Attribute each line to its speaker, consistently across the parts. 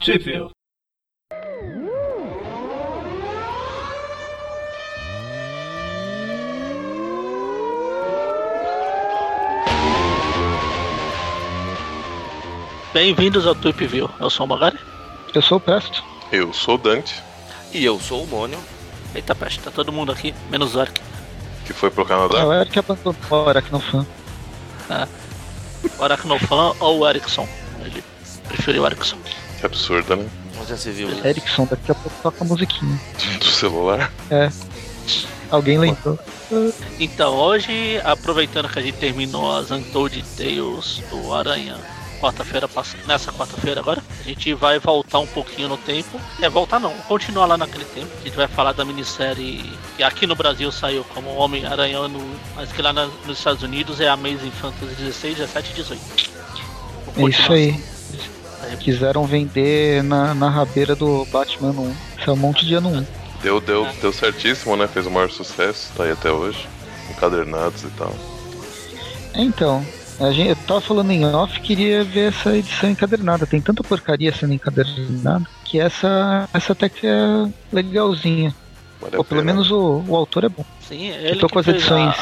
Speaker 1: Sheffield.
Speaker 2: Bem-vindos ao Tweep View. Eu sou o Magari.
Speaker 3: Eu sou o Presto.
Speaker 4: Eu sou o Dante,
Speaker 5: E eu sou o Mônio.
Speaker 2: Eita peste, tá todo mundo aqui, menos o Orc.
Speaker 4: que foi pro
Speaker 3: Ah,
Speaker 4: Canadá.
Speaker 3: o Eric abandonou o Eric não fã.
Speaker 2: O Aracnofan ou o Erickson. Ele preferiu o Erickson.
Speaker 4: Que absurda, né?
Speaker 5: Onde já se viu isso?
Speaker 3: Erickson, daqui a pouco toca a musiquinha.
Speaker 4: Do celular.
Speaker 3: Alguém lembrou?
Speaker 2: Então, hoje, aproveitando que a gente terminou as Untold Tales do Aranha quarta-feira pass- nessa quarta-feira agora, a gente vai voltar um pouquinho no tempo. É, voltar não, continuar lá naquele tempo. A gente vai falar da minissérie que aqui no Brasil saiu como Homem-Aranha, no- mas que lá na- nos Estados Unidos é Amazing Fantasy 16, 17 e 18.
Speaker 3: É isso aí. Quiseram vender na, na rabeira do Batman 1. Isso é um monte de ano 1.
Speaker 4: Deu, deu, deu certíssimo, né? Fez o maior sucesso, tá aí até hoje. Encadernados e tal.
Speaker 3: Então, a gente, eu tava falando em off, queria ver essa edição encadernada. Tem tanta porcaria sendo encadernada que essa, essa até que é legalzinha.
Speaker 4: Vale a
Speaker 3: Ou pelo
Speaker 4: pena.
Speaker 3: menos o, o autor é bom.
Speaker 2: Sim,
Speaker 3: Eu
Speaker 2: ele
Speaker 3: tô com
Speaker 2: que
Speaker 3: as
Speaker 2: fez
Speaker 3: edições.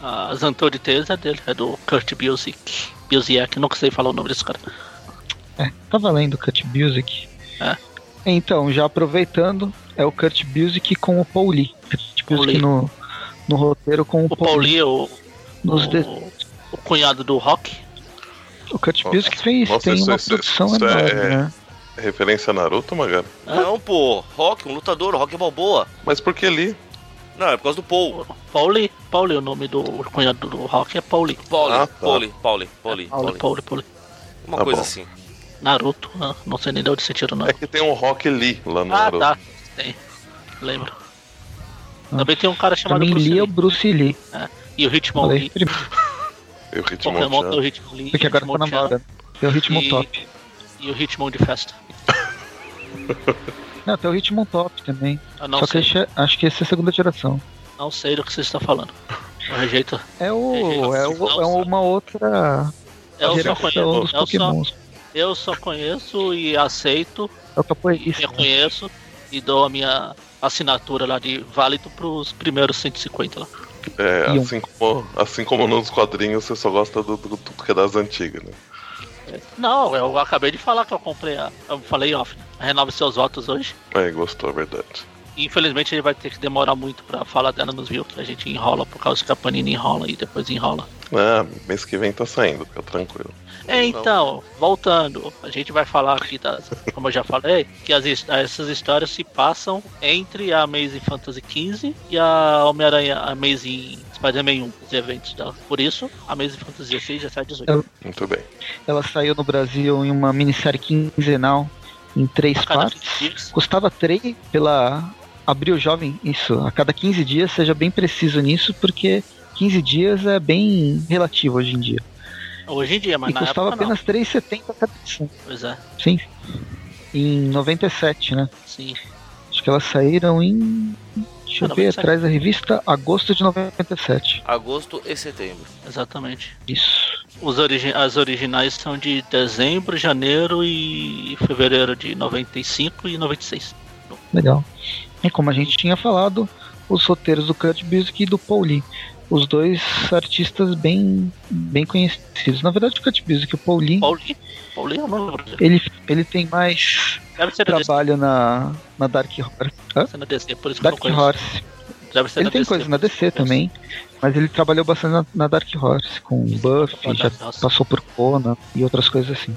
Speaker 2: a- As Untold Tales é dele, é do Kurt Busiek. Busiek, nunca sei falar o nome desse cara.
Speaker 3: Tá valendo Cut Music.
Speaker 2: É.
Speaker 3: Então, já aproveitando, é o Kurt Music com o Pauli. Kurt
Speaker 2: Pauli.
Speaker 3: Music no, no roteiro com o,
Speaker 2: O
Speaker 3: Pauli.
Speaker 2: Pauli, o,
Speaker 3: Nos
Speaker 2: o-
Speaker 3: de-
Speaker 2: o cunhado do Rock.
Speaker 3: O Kurt
Speaker 4: Nossa.
Speaker 3: Music fez,
Speaker 4: Nossa,
Speaker 3: tem
Speaker 4: isso-
Speaker 3: uma
Speaker 4: isso-
Speaker 3: produção
Speaker 4: isso é-
Speaker 3: enorme, né?
Speaker 4: Referência a Naruto, Magari?
Speaker 5: Não, pô. Rock, um lutador. Rock é Balboa.
Speaker 4: Mas por que ali?
Speaker 5: Não, é por causa do Paul.
Speaker 2: Pauli, Pauli, o nome do cunhado do Rock é Pauli.
Speaker 5: Pauli,
Speaker 4: Ah, tá.
Speaker 5: Pauli, Pauli,
Speaker 2: Pauli,
Speaker 5: Pauli, Pauli.
Speaker 2: Pauli, Pauli.
Speaker 5: Uma
Speaker 4: Tá
Speaker 5: coisa
Speaker 4: bom.
Speaker 5: assim.
Speaker 2: Naruto, ah, não sei nem de onde você tira o
Speaker 4: É
Speaker 2: nome.
Speaker 4: que tem um Rock Lee lá no
Speaker 2: Ah,
Speaker 4: Naruto.
Speaker 2: tá, tem. Lembro. Também tem um cara chamado
Speaker 3: Ah. Também
Speaker 2: Bruce
Speaker 3: lia o
Speaker 2: Lee.
Speaker 3: Bruce Lee.
Speaker 2: E o Hitmonlee.
Speaker 3: Falei primeiro,
Speaker 4: E o ritmo
Speaker 2: Pokémon tem o Hitmonlee.
Speaker 3: porque agora tá na
Speaker 2: Hitmonchan
Speaker 3: moda. Tem o Ritmo
Speaker 2: E-
Speaker 3: Top.
Speaker 2: E o Hitmon de festa.
Speaker 3: Não, tem o Ritmo Top também.
Speaker 2: Eu não
Speaker 3: Só que
Speaker 2: sei,
Speaker 3: esse é- acho que esse é a segunda geração.
Speaker 2: não sei do que você está falando. Eu rejeito.
Speaker 3: É, o,
Speaker 2: Nossa,
Speaker 3: é,
Speaker 2: nossa.
Speaker 3: o, é uma outra
Speaker 2: Eu só
Speaker 3: geração
Speaker 2: conheço.
Speaker 3: dos
Speaker 2: Eu só,
Speaker 3: Pokémons.
Speaker 2: eu só conheço e aceito
Speaker 3: É o
Speaker 2: e
Speaker 3: capoeirista.
Speaker 2: reconheço e dou a minha assinatura lá de válido pros primeiros 150 lá.
Speaker 4: É,
Speaker 3: E um.
Speaker 4: assim como, assim como nos quadrinhos, você só gosta do, do, do que é das antigas, né?
Speaker 2: Não, eu acabei de falar que eu comprei a. Eu falei em off. né? Renove seus votos hoje.
Speaker 4: É, gostou, é verdade.
Speaker 2: E, Infelizmente ele vai ter que demorar muito pra falar dela nos views, que a gente enrola por causa que a Panini enrola e depois enrola.
Speaker 4: Ah, mês que vem tá saindo, fica tranquilo.
Speaker 2: Então, voltando, a gente vai falar aqui das, como eu já falei, que as, his- essas histórias se passam entre a Amazing Fantasy XV e a Homem-Aranha Amazing Spider-Man 1, os eventos dela. Por isso, a Amazing Fantasy XVI, 17, 18.
Speaker 4: Muito bem.
Speaker 3: Ela saiu no Brasil em uma minissérie quinzenal em três
Speaker 2: A cada
Speaker 3: partes.
Speaker 2: 15 dias.
Speaker 3: Custava três pela Abril Jovem, isso, a cada 15 dias, seja bem preciso nisso, porque 15 dias é bem relativo hoje em dia.
Speaker 2: Hoje em dia, mas
Speaker 3: e
Speaker 2: na
Speaker 3: custava
Speaker 2: época
Speaker 3: apenas 3,70 cada edição.
Speaker 2: não. Pois é,
Speaker 3: Sim. Em 97, né?
Speaker 2: sim.
Speaker 3: Acho que elas saíram em. Deixa eu ver,
Speaker 2: 97.
Speaker 3: atrás da revista, agosto de 97.
Speaker 5: Agosto e setembro.
Speaker 2: Exatamente.
Speaker 3: Isso.
Speaker 2: Os origi as originais são de dezembro, janeiro e fevereiro de 95 e 96.
Speaker 3: Legal. E como a gente tinha falado, os roteiros do Kurt Busiek e do Pauli. Os dois artistas bem, bem conhecidos. Na verdade, o Kurt Busiek e o Pauli,
Speaker 2: Pauli, Pauli eu não lembro.
Speaker 3: ele, ele tem mais
Speaker 2: Deve ser da DC,
Speaker 3: trabalho na, na Dark Horse. Hã?
Speaker 2: ser na DC, por isso tá que eu não
Speaker 3: Dark
Speaker 2: conheço.
Speaker 3: Horse.
Speaker 2: Deve ser
Speaker 3: Ele
Speaker 2: na
Speaker 3: tem
Speaker 2: DC,
Speaker 3: coisa na DC também, mas ele trabalhou bastante na, na Dark Horse, com Buffy, já passou por Conan e outras coisas assim.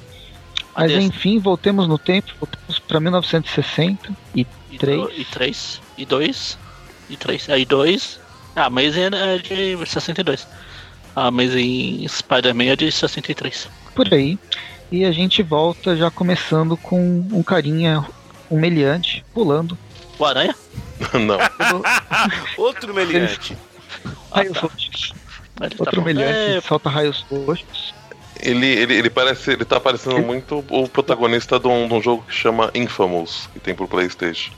Speaker 3: Mas
Speaker 2: Adeus.
Speaker 3: enfim, voltemos no tempo, voltamos para 1960 e
Speaker 2: E
Speaker 3: Três.
Speaker 2: do- E 3. E 2. E 3. Aí 2. Ah, a Amazing é de 62. A Amazing Ah, Spider-Man é de 63.
Speaker 3: por aí. E a gente volta já começando com um carinha humilhante, pulando.
Speaker 2: O Aranha?
Speaker 4: Não,
Speaker 3: Pelo...
Speaker 5: Outro meliante.
Speaker 3: raios roxos.
Speaker 2: Ele Ah, tá
Speaker 3: Outro
Speaker 2: bom.
Speaker 3: humilhante,
Speaker 2: É,
Speaker 3: solta raios roxos.
Speaker 4: ele, ele, ele parece. Ele tá parecendo muito o protagonista de um, de um jogo que chama Infamous, que tem pro Playstation.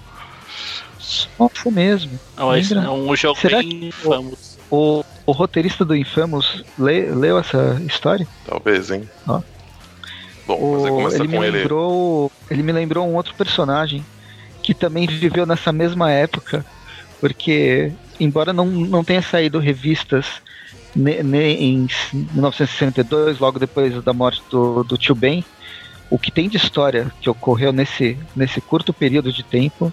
Speaker 3: Nossa, mesmo.
Speaker 2: não, é, esse-
Speaker 3: Lembra?
Speaker 2: é um jogo
Speaker 3: Será
Speaker 2: bem famoso.
Speaker 3: O, o roteirista do Infamous le- leu essa história?
Speaker 4: Talvez, hein? Bom, você
Speaker 3: O-
Speaker 4: começa
Speaker 3: ele
Speaker 4: com
Speaker 3: me
Speaker 4: ele.
Speaker 3: lembrou, ele me lembrou um outro personagem que também viveu nessa mesma época, porque embora não, não tenha saído revistas ne, ne- em s- 1962, logo depois da morte do, do tio Ben, o que tem de história que ocorreu nesse, nesse curto período de tempo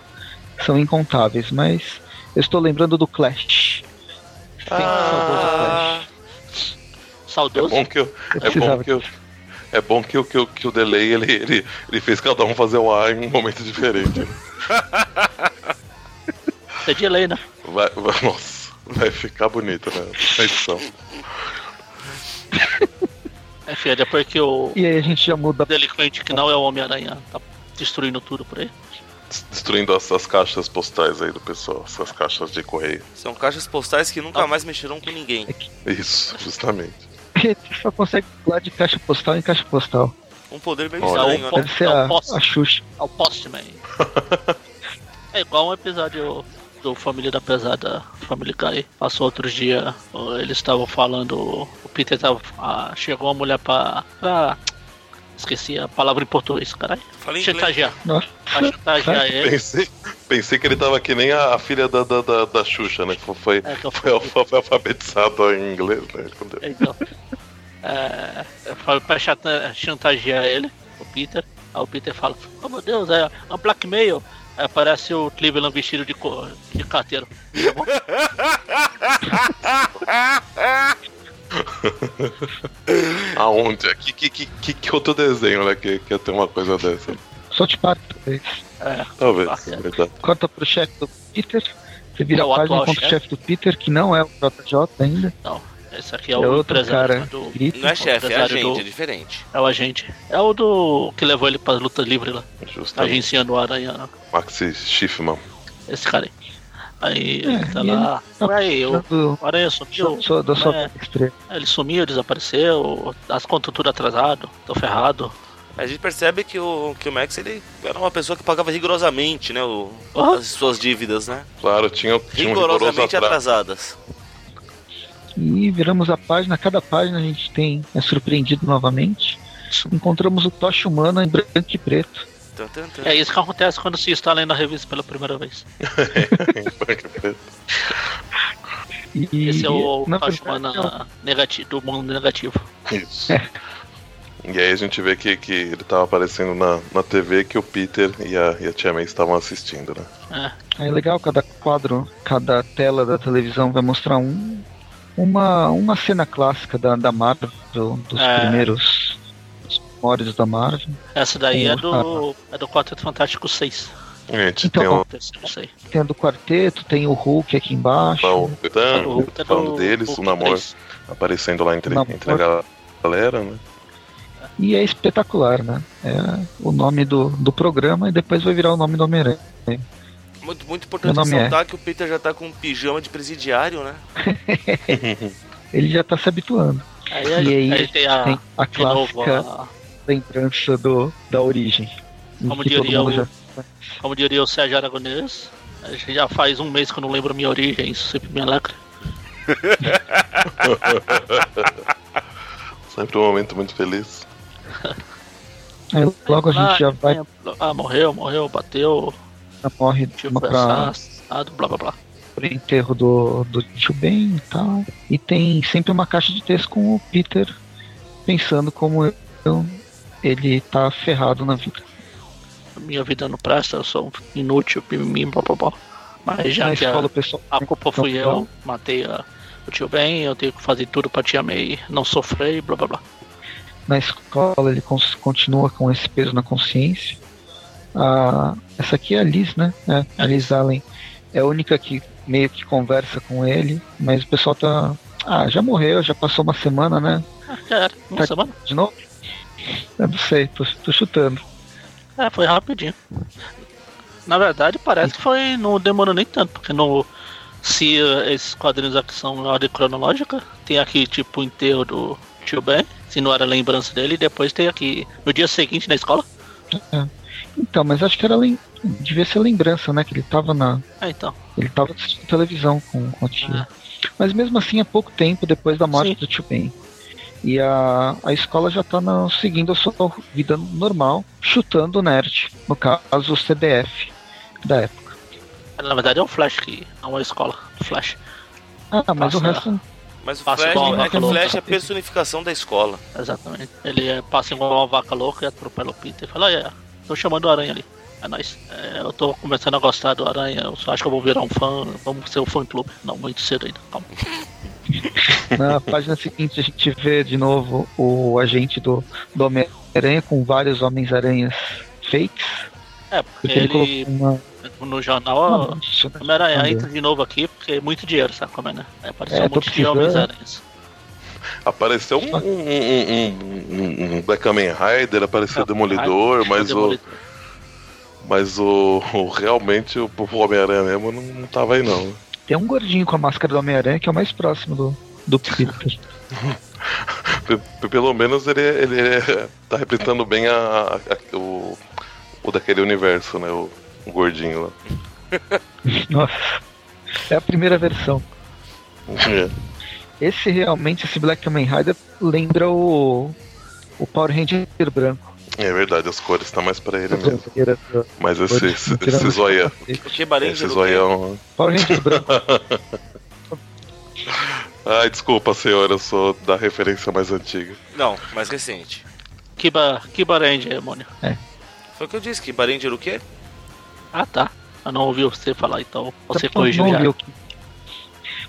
Speaker 3: são incontáveis, mas eu estou lembrando do Clash. Sim,
Speaker 4: Ah.
Speaker 2: Saudoso.
Speaker 3: saudoso Clash.
Speaker 4: É bom que eu.
Speaker 3: Eu
Speaker 4: É bom
Speaker 3: precisava
Speaker 4: que eu. É bom que, o- que, o- que o delay ele, ele, ele fez cada um fazer o A em um momento diferente.
Speaker 2: É delay, né?
Speaker 4: Vai, vai- nossa, vai ficar bonito né? na edição.
Speaker 2: Enfim, é depois que o
Speaker 3: E aí a gente já muda
Speaker 2: delinquente que não é o Homem-Aranha tá destruindo tudo por aí.
Speaker 4: Des- Destruindo as, as caixas postais aí do pessoal, essas caixas de correio.
Speaker 5: Ah, São caixas postais que nunca mais mexeram com ninguém.
Speaker 4: Isso, justamente.
Speaker 3: porque a gente só consegue pular de caixa postal em caixa postal.
Speaker 5: Um poder meio
Speaker 4: Olha.
Speaker 5: estranho, né?
Speaker 3: Deve ser a,
Speaker 2: Eu posso.
Speaker 3: a Xuxa.
Speaker 2: É o Postman. é igual um episódio do Família da Pesada, Family Guy. Passou outro dia, ó, eles estavam falando, o Peter tava, ah, chegou uma mulher pra, pra- Esqueci a palavra em português, caralho.
Speaker 5: Falei em inglês.
Speaker 2: Chantagear.
Speaker 3: Nossa.
Speaker 2: Pra chantagear ele.
Speaker 4: Pensei, pensei que ele tava que nem a, a filha da, da, da, da Xuxa, né? que Foi,
Speaker 2: É, que eu
Speaker 4: foi, alfa- foi alfabetizado em inglês, né? Quando-
Speaker 2: Então, é, foi pra chata- chantagear ele, o Peter. Aí o Peter fala: Oh meu Deus, é um blackmail. Aí aparece o Cleveland vestido de, co- de carteiro.
Speaker 4: Aonde? Que, que, que, que, que outro desenho, né? Que, que ia ter uma coisa dessa.
Speaker 3: Só te parto. talvez.
Speaker 2: É,
Speaker 4: Talvez,
Speaker 2: Ah, é.
Speaker 4: verdade.
Speaker 3: Corta pro chefe do Peter. Você vira
Speaker 2: É o
Speaker 3: a página
Speaker 2: atual
Speaker 3: e encontra o
Speaker 2: chefe?
Speaker 3: chefe do Peter, que não é o JJ ainda.
Speaker 2: esse aqui é,
Speaker 3: É,
Speaker 2: o
Speaker 3: outro
Speaker 2: empresário
Speaker 3: cara.
Speaker 2: do,
Speaker 3: Grito.
Speaker 5: Não é chefe, é
Speaker 2: Empresário
Speaker 5: agente,
Speaker 2: do-
Speaker 5: é diferente.
Speaker 2: É o agente. É o do que levou ele pra luta livre lá.
Speaker 4: Tá Justamente.
Speaker 2: Agenciando o Aranha, né?
Speaker 4: né? Maxi Schiffman.
Speaker 2: esse cara aí. Aí ele tá
Speaker 3: É, e
Speaker 2: lá.
Speaker 3: tá
Speaker 2: Ué, aí, o
Speaker 3: Do,
Speaker 2: o Aranha sumiu.
Speaker 3: sou, sou, da sua
Speaker 2: é.
Speaker 3: estrela.
Speaker 2: Ele sumiu, desapareceu. As contas tudo atrasado. Tô ferrado.
Speaker 5: A gente percebe que o, que o Max ele era uma pessoa que pagava rigorosamente né, o-
Speaker 2: Hã?
Speaker 5: as suas dívidas, né?
Speaker 4: Claro, tinha, tinha um rigoroso
Speaker 5: Rigorosamente
Speaker 4: atraso.
Speaker 5: atrasadas.
Speaker 3: E viramos a página. Cada página a gente tem é surpreendido novamente. Encontramos o Tocha Humana em branco e preto.
Speaker 5: Tan, tan, tan.
Speaker 2: É isso que acontece quando se instala aí na revista pela primeira vez.
Speaker 3: E,
Speaker 2: Esse é o
Speaker 3: na
Speaker 2: Tachumana
Speaker 3: verdade,
Speaker 2: negativo, do mundo negativo.
Speaker 4: Isso. E aí a gente vê que, que ele tava aparecendo na, na TV que o Peter e a, e a Tia May estavam assistindo, né?
Speaker 3: É legal, cada quadro, cada tela da televisão vai mostrar um, uma, uma cena clássica da, da Marvel, dos
Speaker 2: É.
Speaker 3: primeiros memórios da Marvel.
Speaker 2: Essa daí é
Speaker 3: Porra.
Speaker 2: do. é do Quarteto Fantástico 6.
Speaker 4: A gente
Speaker 3: Então,
Speaker 4: tem um
Speaker 2: Terceiro 6.
Speaker 3: Tem a do quarteto, tem o Hulk aqui embaixo.
Speaker 4: lá tá o Betano
Speaker 2: Hulk é do-
Speaker 4: falando deles,
Speaker 2: Hulk
Speaker 4: o namoro
Speaker 2: três.
Speaker 4: aparecendo lá entre,
Speaker 3: Namor.
Speaker 4: entre a galera, né?
Speaker 3: E é espetacular, né? É o nome do, do programa e depois vai virar o nome do Homem-Aranha.
Speaker 5: Muito, muito importante
Speaker 3: Meu nome é.
Speaker 5: ressaltar que o Peter já tá com um pijama de presidiário, né?
Speaker 3: Ele já tá se habituando.
Speaker 2: Aí, aí,
Speaker 3: E aí
Speaker 2: tem a.
Speaker 3: tem a
Speaker 2: Ah, de novo
Speaker 3: clássica
Speaker 2: a-
Speaker 3: lembrança do, da origem. em
Speaker 2: Como
Speaker 3: que todo
Speaker 2: diria
Speaker 3: mundo
Speaker 2: o-
Speaker 3: já-
Speaker 2: Como diria o Sérgio Aragonês, a gente já faz um mês que eu não lembro minha origem, isso sempre me lacra.
Speaker 4: Sempre um momento muito feliz.
Speaker 3: Aí É, logo a gente já vai,
Speaker 2: Ah, morreu, morreu, bateu,
Speaker 3: morre
Speaker 2: tipo,
Speaker 3: uma pra,
Speaker 2: assassinado, blá blá blá.
Speaker 3: pro enterro do, do tio Ben e tal. E tem sempre uma caixa de texto com o Peter pensando como eu- ele tá ferrado na vida.
Speaker 2: Minha vida não presta, eu sou um inútil, mimim, blá blá blá. Mas já
Speaker 3: Na
Speaker 2: que a,
Speaker 3: escola o pessoal.
Speaker 2: a culpa fui eu, matei a, o tio Ben, eu tenho que fazer tudo pra tia May não sofrer, blá blá blá.
Speaker 3: Na escola ele cons- continua com esse peso na consciência. A- essa aqui é a Liz, né? É, a Liz Allen é a única que meio que conversa com ele, mas o pessoal tá. Ah, já morreu, já passou uma semana, né?
Speaker 2: Ah, já era, uma
Speaker 3: Tá-
Speaker 2: semana?
Speaker 3: De novo? Eu não sei, tô, tô chutando.
Speaker 2: É, foi rapidinho. Na verdade, parece que foi. Não demorou nem tanto, porque no. Se eh, esses quadrinhos aqui são em ordem cronológica, tem aqui tipo o enterro do tio Ben, se não era lembrança dele, e depois tem aqui no dia seguinte na escola.
Speaker 3: Então, mas acho que era lem- devia ser lembrança, né? Que ele tava na.
Speaker 2: Ah, então.
Speaker 3: Ele tava assistindo televisão com, com a tia.
Speaker 2: Ah.
Speaker 3: Mas mesmo assim é pouco tempo depois da morte
Speaker 2: Sim.
Speaker 3: do tio Ben. E a, a escola já está seguindo a sua vida normal, chutando o nerd, no caso o CDF da época.
Speaker 2: Na verdade é o Flash que é uma escola. Flash.
Speaker 3: Ah, mas
Speaker 2: Passa-
Speaker 3: o resto.
Speaker 5: Mas o
Speaker 2: Passa
Speaker 5: Flash,
Speaker 2: igual, né,
Speaker 5: é que o
Speaker 2: falou.
Speaker 5: Flash é a personificação da escola.
Speaker 2: Exatamente. Ele é, passa igual uma vaca louca e atropela o Peter e fala, olha, tô chamando o Aranha ali. É nóis. É, eu tô começando a gostar do Aranha, eu só acho que eu vou virar um fã, vamos ser um fã clube. Não, muito cedo ainda, calma.
Speaker 3: Na página seguinte a gente vê de novo o agente do, do Homem-Aranha com vários Homens-Aranhas fakes.
Speaker 2: É, porque
Speaker 3: Porque ele,
Speaker 2: ele,
Speaker 3: colocou uma.
Speaker 2: no jornal,
Speaker 3: uma mancha, né?
Speaker 2: Homem-Aranha
Speaker 3: Cadê?
Speaker 2: entra de novo aqui, porque é muito dinheiro, sabe como é, né? É, apareceu
Speaker 3: É,
Speaker 2: um
Speaker 3: tô
Speaker 2: monte de
Speaker 3: precisando.
Speaker 2: Homens-Aranhas.
Speaker 4: Apareceu um, um, um, um, um, um Black Kamen Rider, apareceu é o Demolidor, mas o,
Speaker 2: Ah, é Demolidor.
Speaker 4: mas o, o- realmente o, o Homem-Aranha mesmo não, não tava aí não.
Speaker 3: Tem um gordinho com a máscara do Homem-Aranha que é o mais próximo do, do Peter.
Speaker 4: P- pelo menos ele, ele é- tá representando bem a, a- a- o, o daquele universo, né? O, o gordinho lá.
Speaker 3: Nossa. É a primeira versão.
Speaker 4: É.
Speaker 3: Esse realmente, esse Black Kamen Rider lembra o. o Power Ranger branco.
Speaker 4: É verdade, as cores tá mais pra ele
Speaker 3: A
Speaker 4: mesmo.
Speaker 3: branqueira do-
Speaker 4: Mas esse, esse,
Speaker 3: Tirando
Speaker 4: esse
Speaker 3: o
Speaker 4: zoião.
Speaker 3: capacete.
Speaker 5: O Chebarengue
Speaker 4: Esse é um
Speaker 5: do
Speaker 4: zoião.
Speaker 3: Power Ranger branco.
Speaker 4: Ai, desculpa, senhora, eu sou da referência mais antiga.
Speaker 5: Não, mais recente.
Speaker 2: Kiba, Kiba Ranger, Mônio.
Speaker 5: Foi o que eu disse, que Barendir o quê?
Speaker 2: Ah, tá. Eu não ouvi você falar, então você
Speaker 3: Tá bom,
Speaker 2: corrigiu
Speaker 3: não
Speaker 2: já.
Speaker 3: ouviu.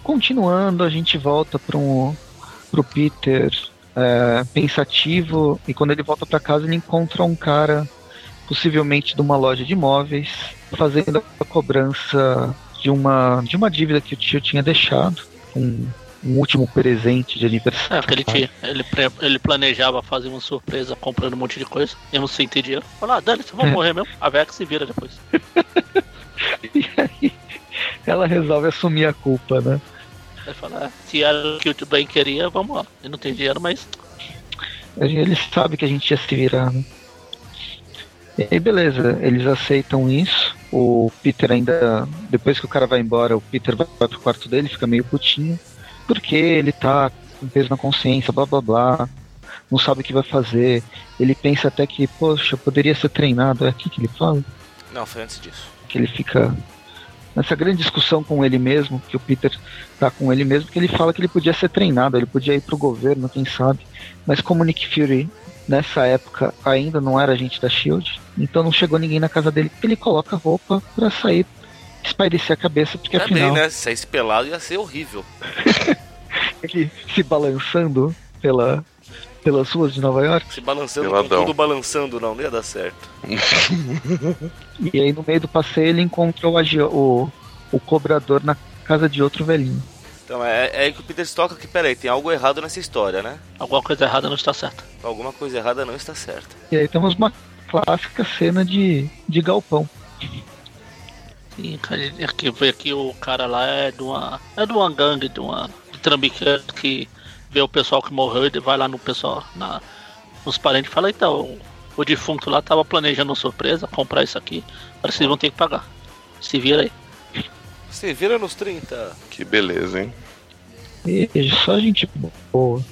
Speaker 3: Continuando, a gente volta para um pro Peter é, pensativo e quando ele volta para casa ele encontra um cara possivelmente de uma loja de imóveis fazendo a cobrança de uma de uma dívida que o tio tinha deixado, um, um último presente de
Speaker 2: É,
Speaker 3: aniversário.
Speaker 2: porque ele, tinha, ele, pre- ele planejava fazer uma surpresa comprando um monte de coisa, mesmo sem ter dinheiro. Falar, ah, dane eu vou
Speaker 3: É.
Speaker 2: morrer mesmo. A Vex se vira depois.
Speaker 3: Ela resolve assumir a culpa, né?
Speaker 2: Ele fala, "Ah, se era o que o bem queria, vamos lá. Eu não tenho dinheiro, mas
Speaker 3: Ele sabe que a gente ia se virar, né? E aí, beleza, eles aceitam isso. O Peter ainda. Depois que o cara vai embora, o Peter vai vai pro quarto dele, fica meio putinho. Porque ele tá com peso na consciência, blá blá blá. Não sabe o que vai fazer. Ele pensa até que, poxa, eu poderia ser treinado. É aqui que ele fala?
Speaker 5: Não, foi antes disso.
Speaker 3: que ele fica nessa grande discussão com ele mesmo, que o Peter tá com ele mesmo, que ele fala que ele podia ser treinado, ele podia ir pro governo, quem sabe. Mas como o Nick Fury nessa época ainda não era agente da Shield, então não chegou ninguém na casa dele, ele coloca a roupa pra sair espairecer a cabeça, porque
Speaker 5: Também,
Speaker 3: afinal
Speaker 5: né? Se saísse pelado ia ser horrível.
Speaker 3: ele se balançando pela, pelas ruas de Nova York,
Speaker 5: Se balançando
Speaker 4: Peladão.
Speaker 5: com tudo balançando, não, não ia dar certo.
Speaker 3: e aí no meio do passeio ele encontra o, agio- o, o cobrador na casa de outro velhinho.
Speaker 5: Então é, é aí que o Peter se toca que, peraí, tem algo errado nessa história, né?
Speaker 2: alguma coisa errada não está certa.
Speaker 5: Alguma coisa errada não está certa.
Speaker 3: E aí temos uma clássica cena de, de galpão.
Speaker 2: Sim, cara, ele- aqui vê que o cara lá é de uma. É de uma gangue, de uma de trambiqueiro que vê o pessoal que morreu e vai lá no pessoal, na, nos parentes e fala, então, o, o defunto lá tava planejando uma surpresa, comprar isso aqui, agora vocês vão ter que pagar. Se vira aí.
Speaker 5: Você vira nos 30.
Speaker 4: Que beleza, hein?
Speaker 3: E só gente boa.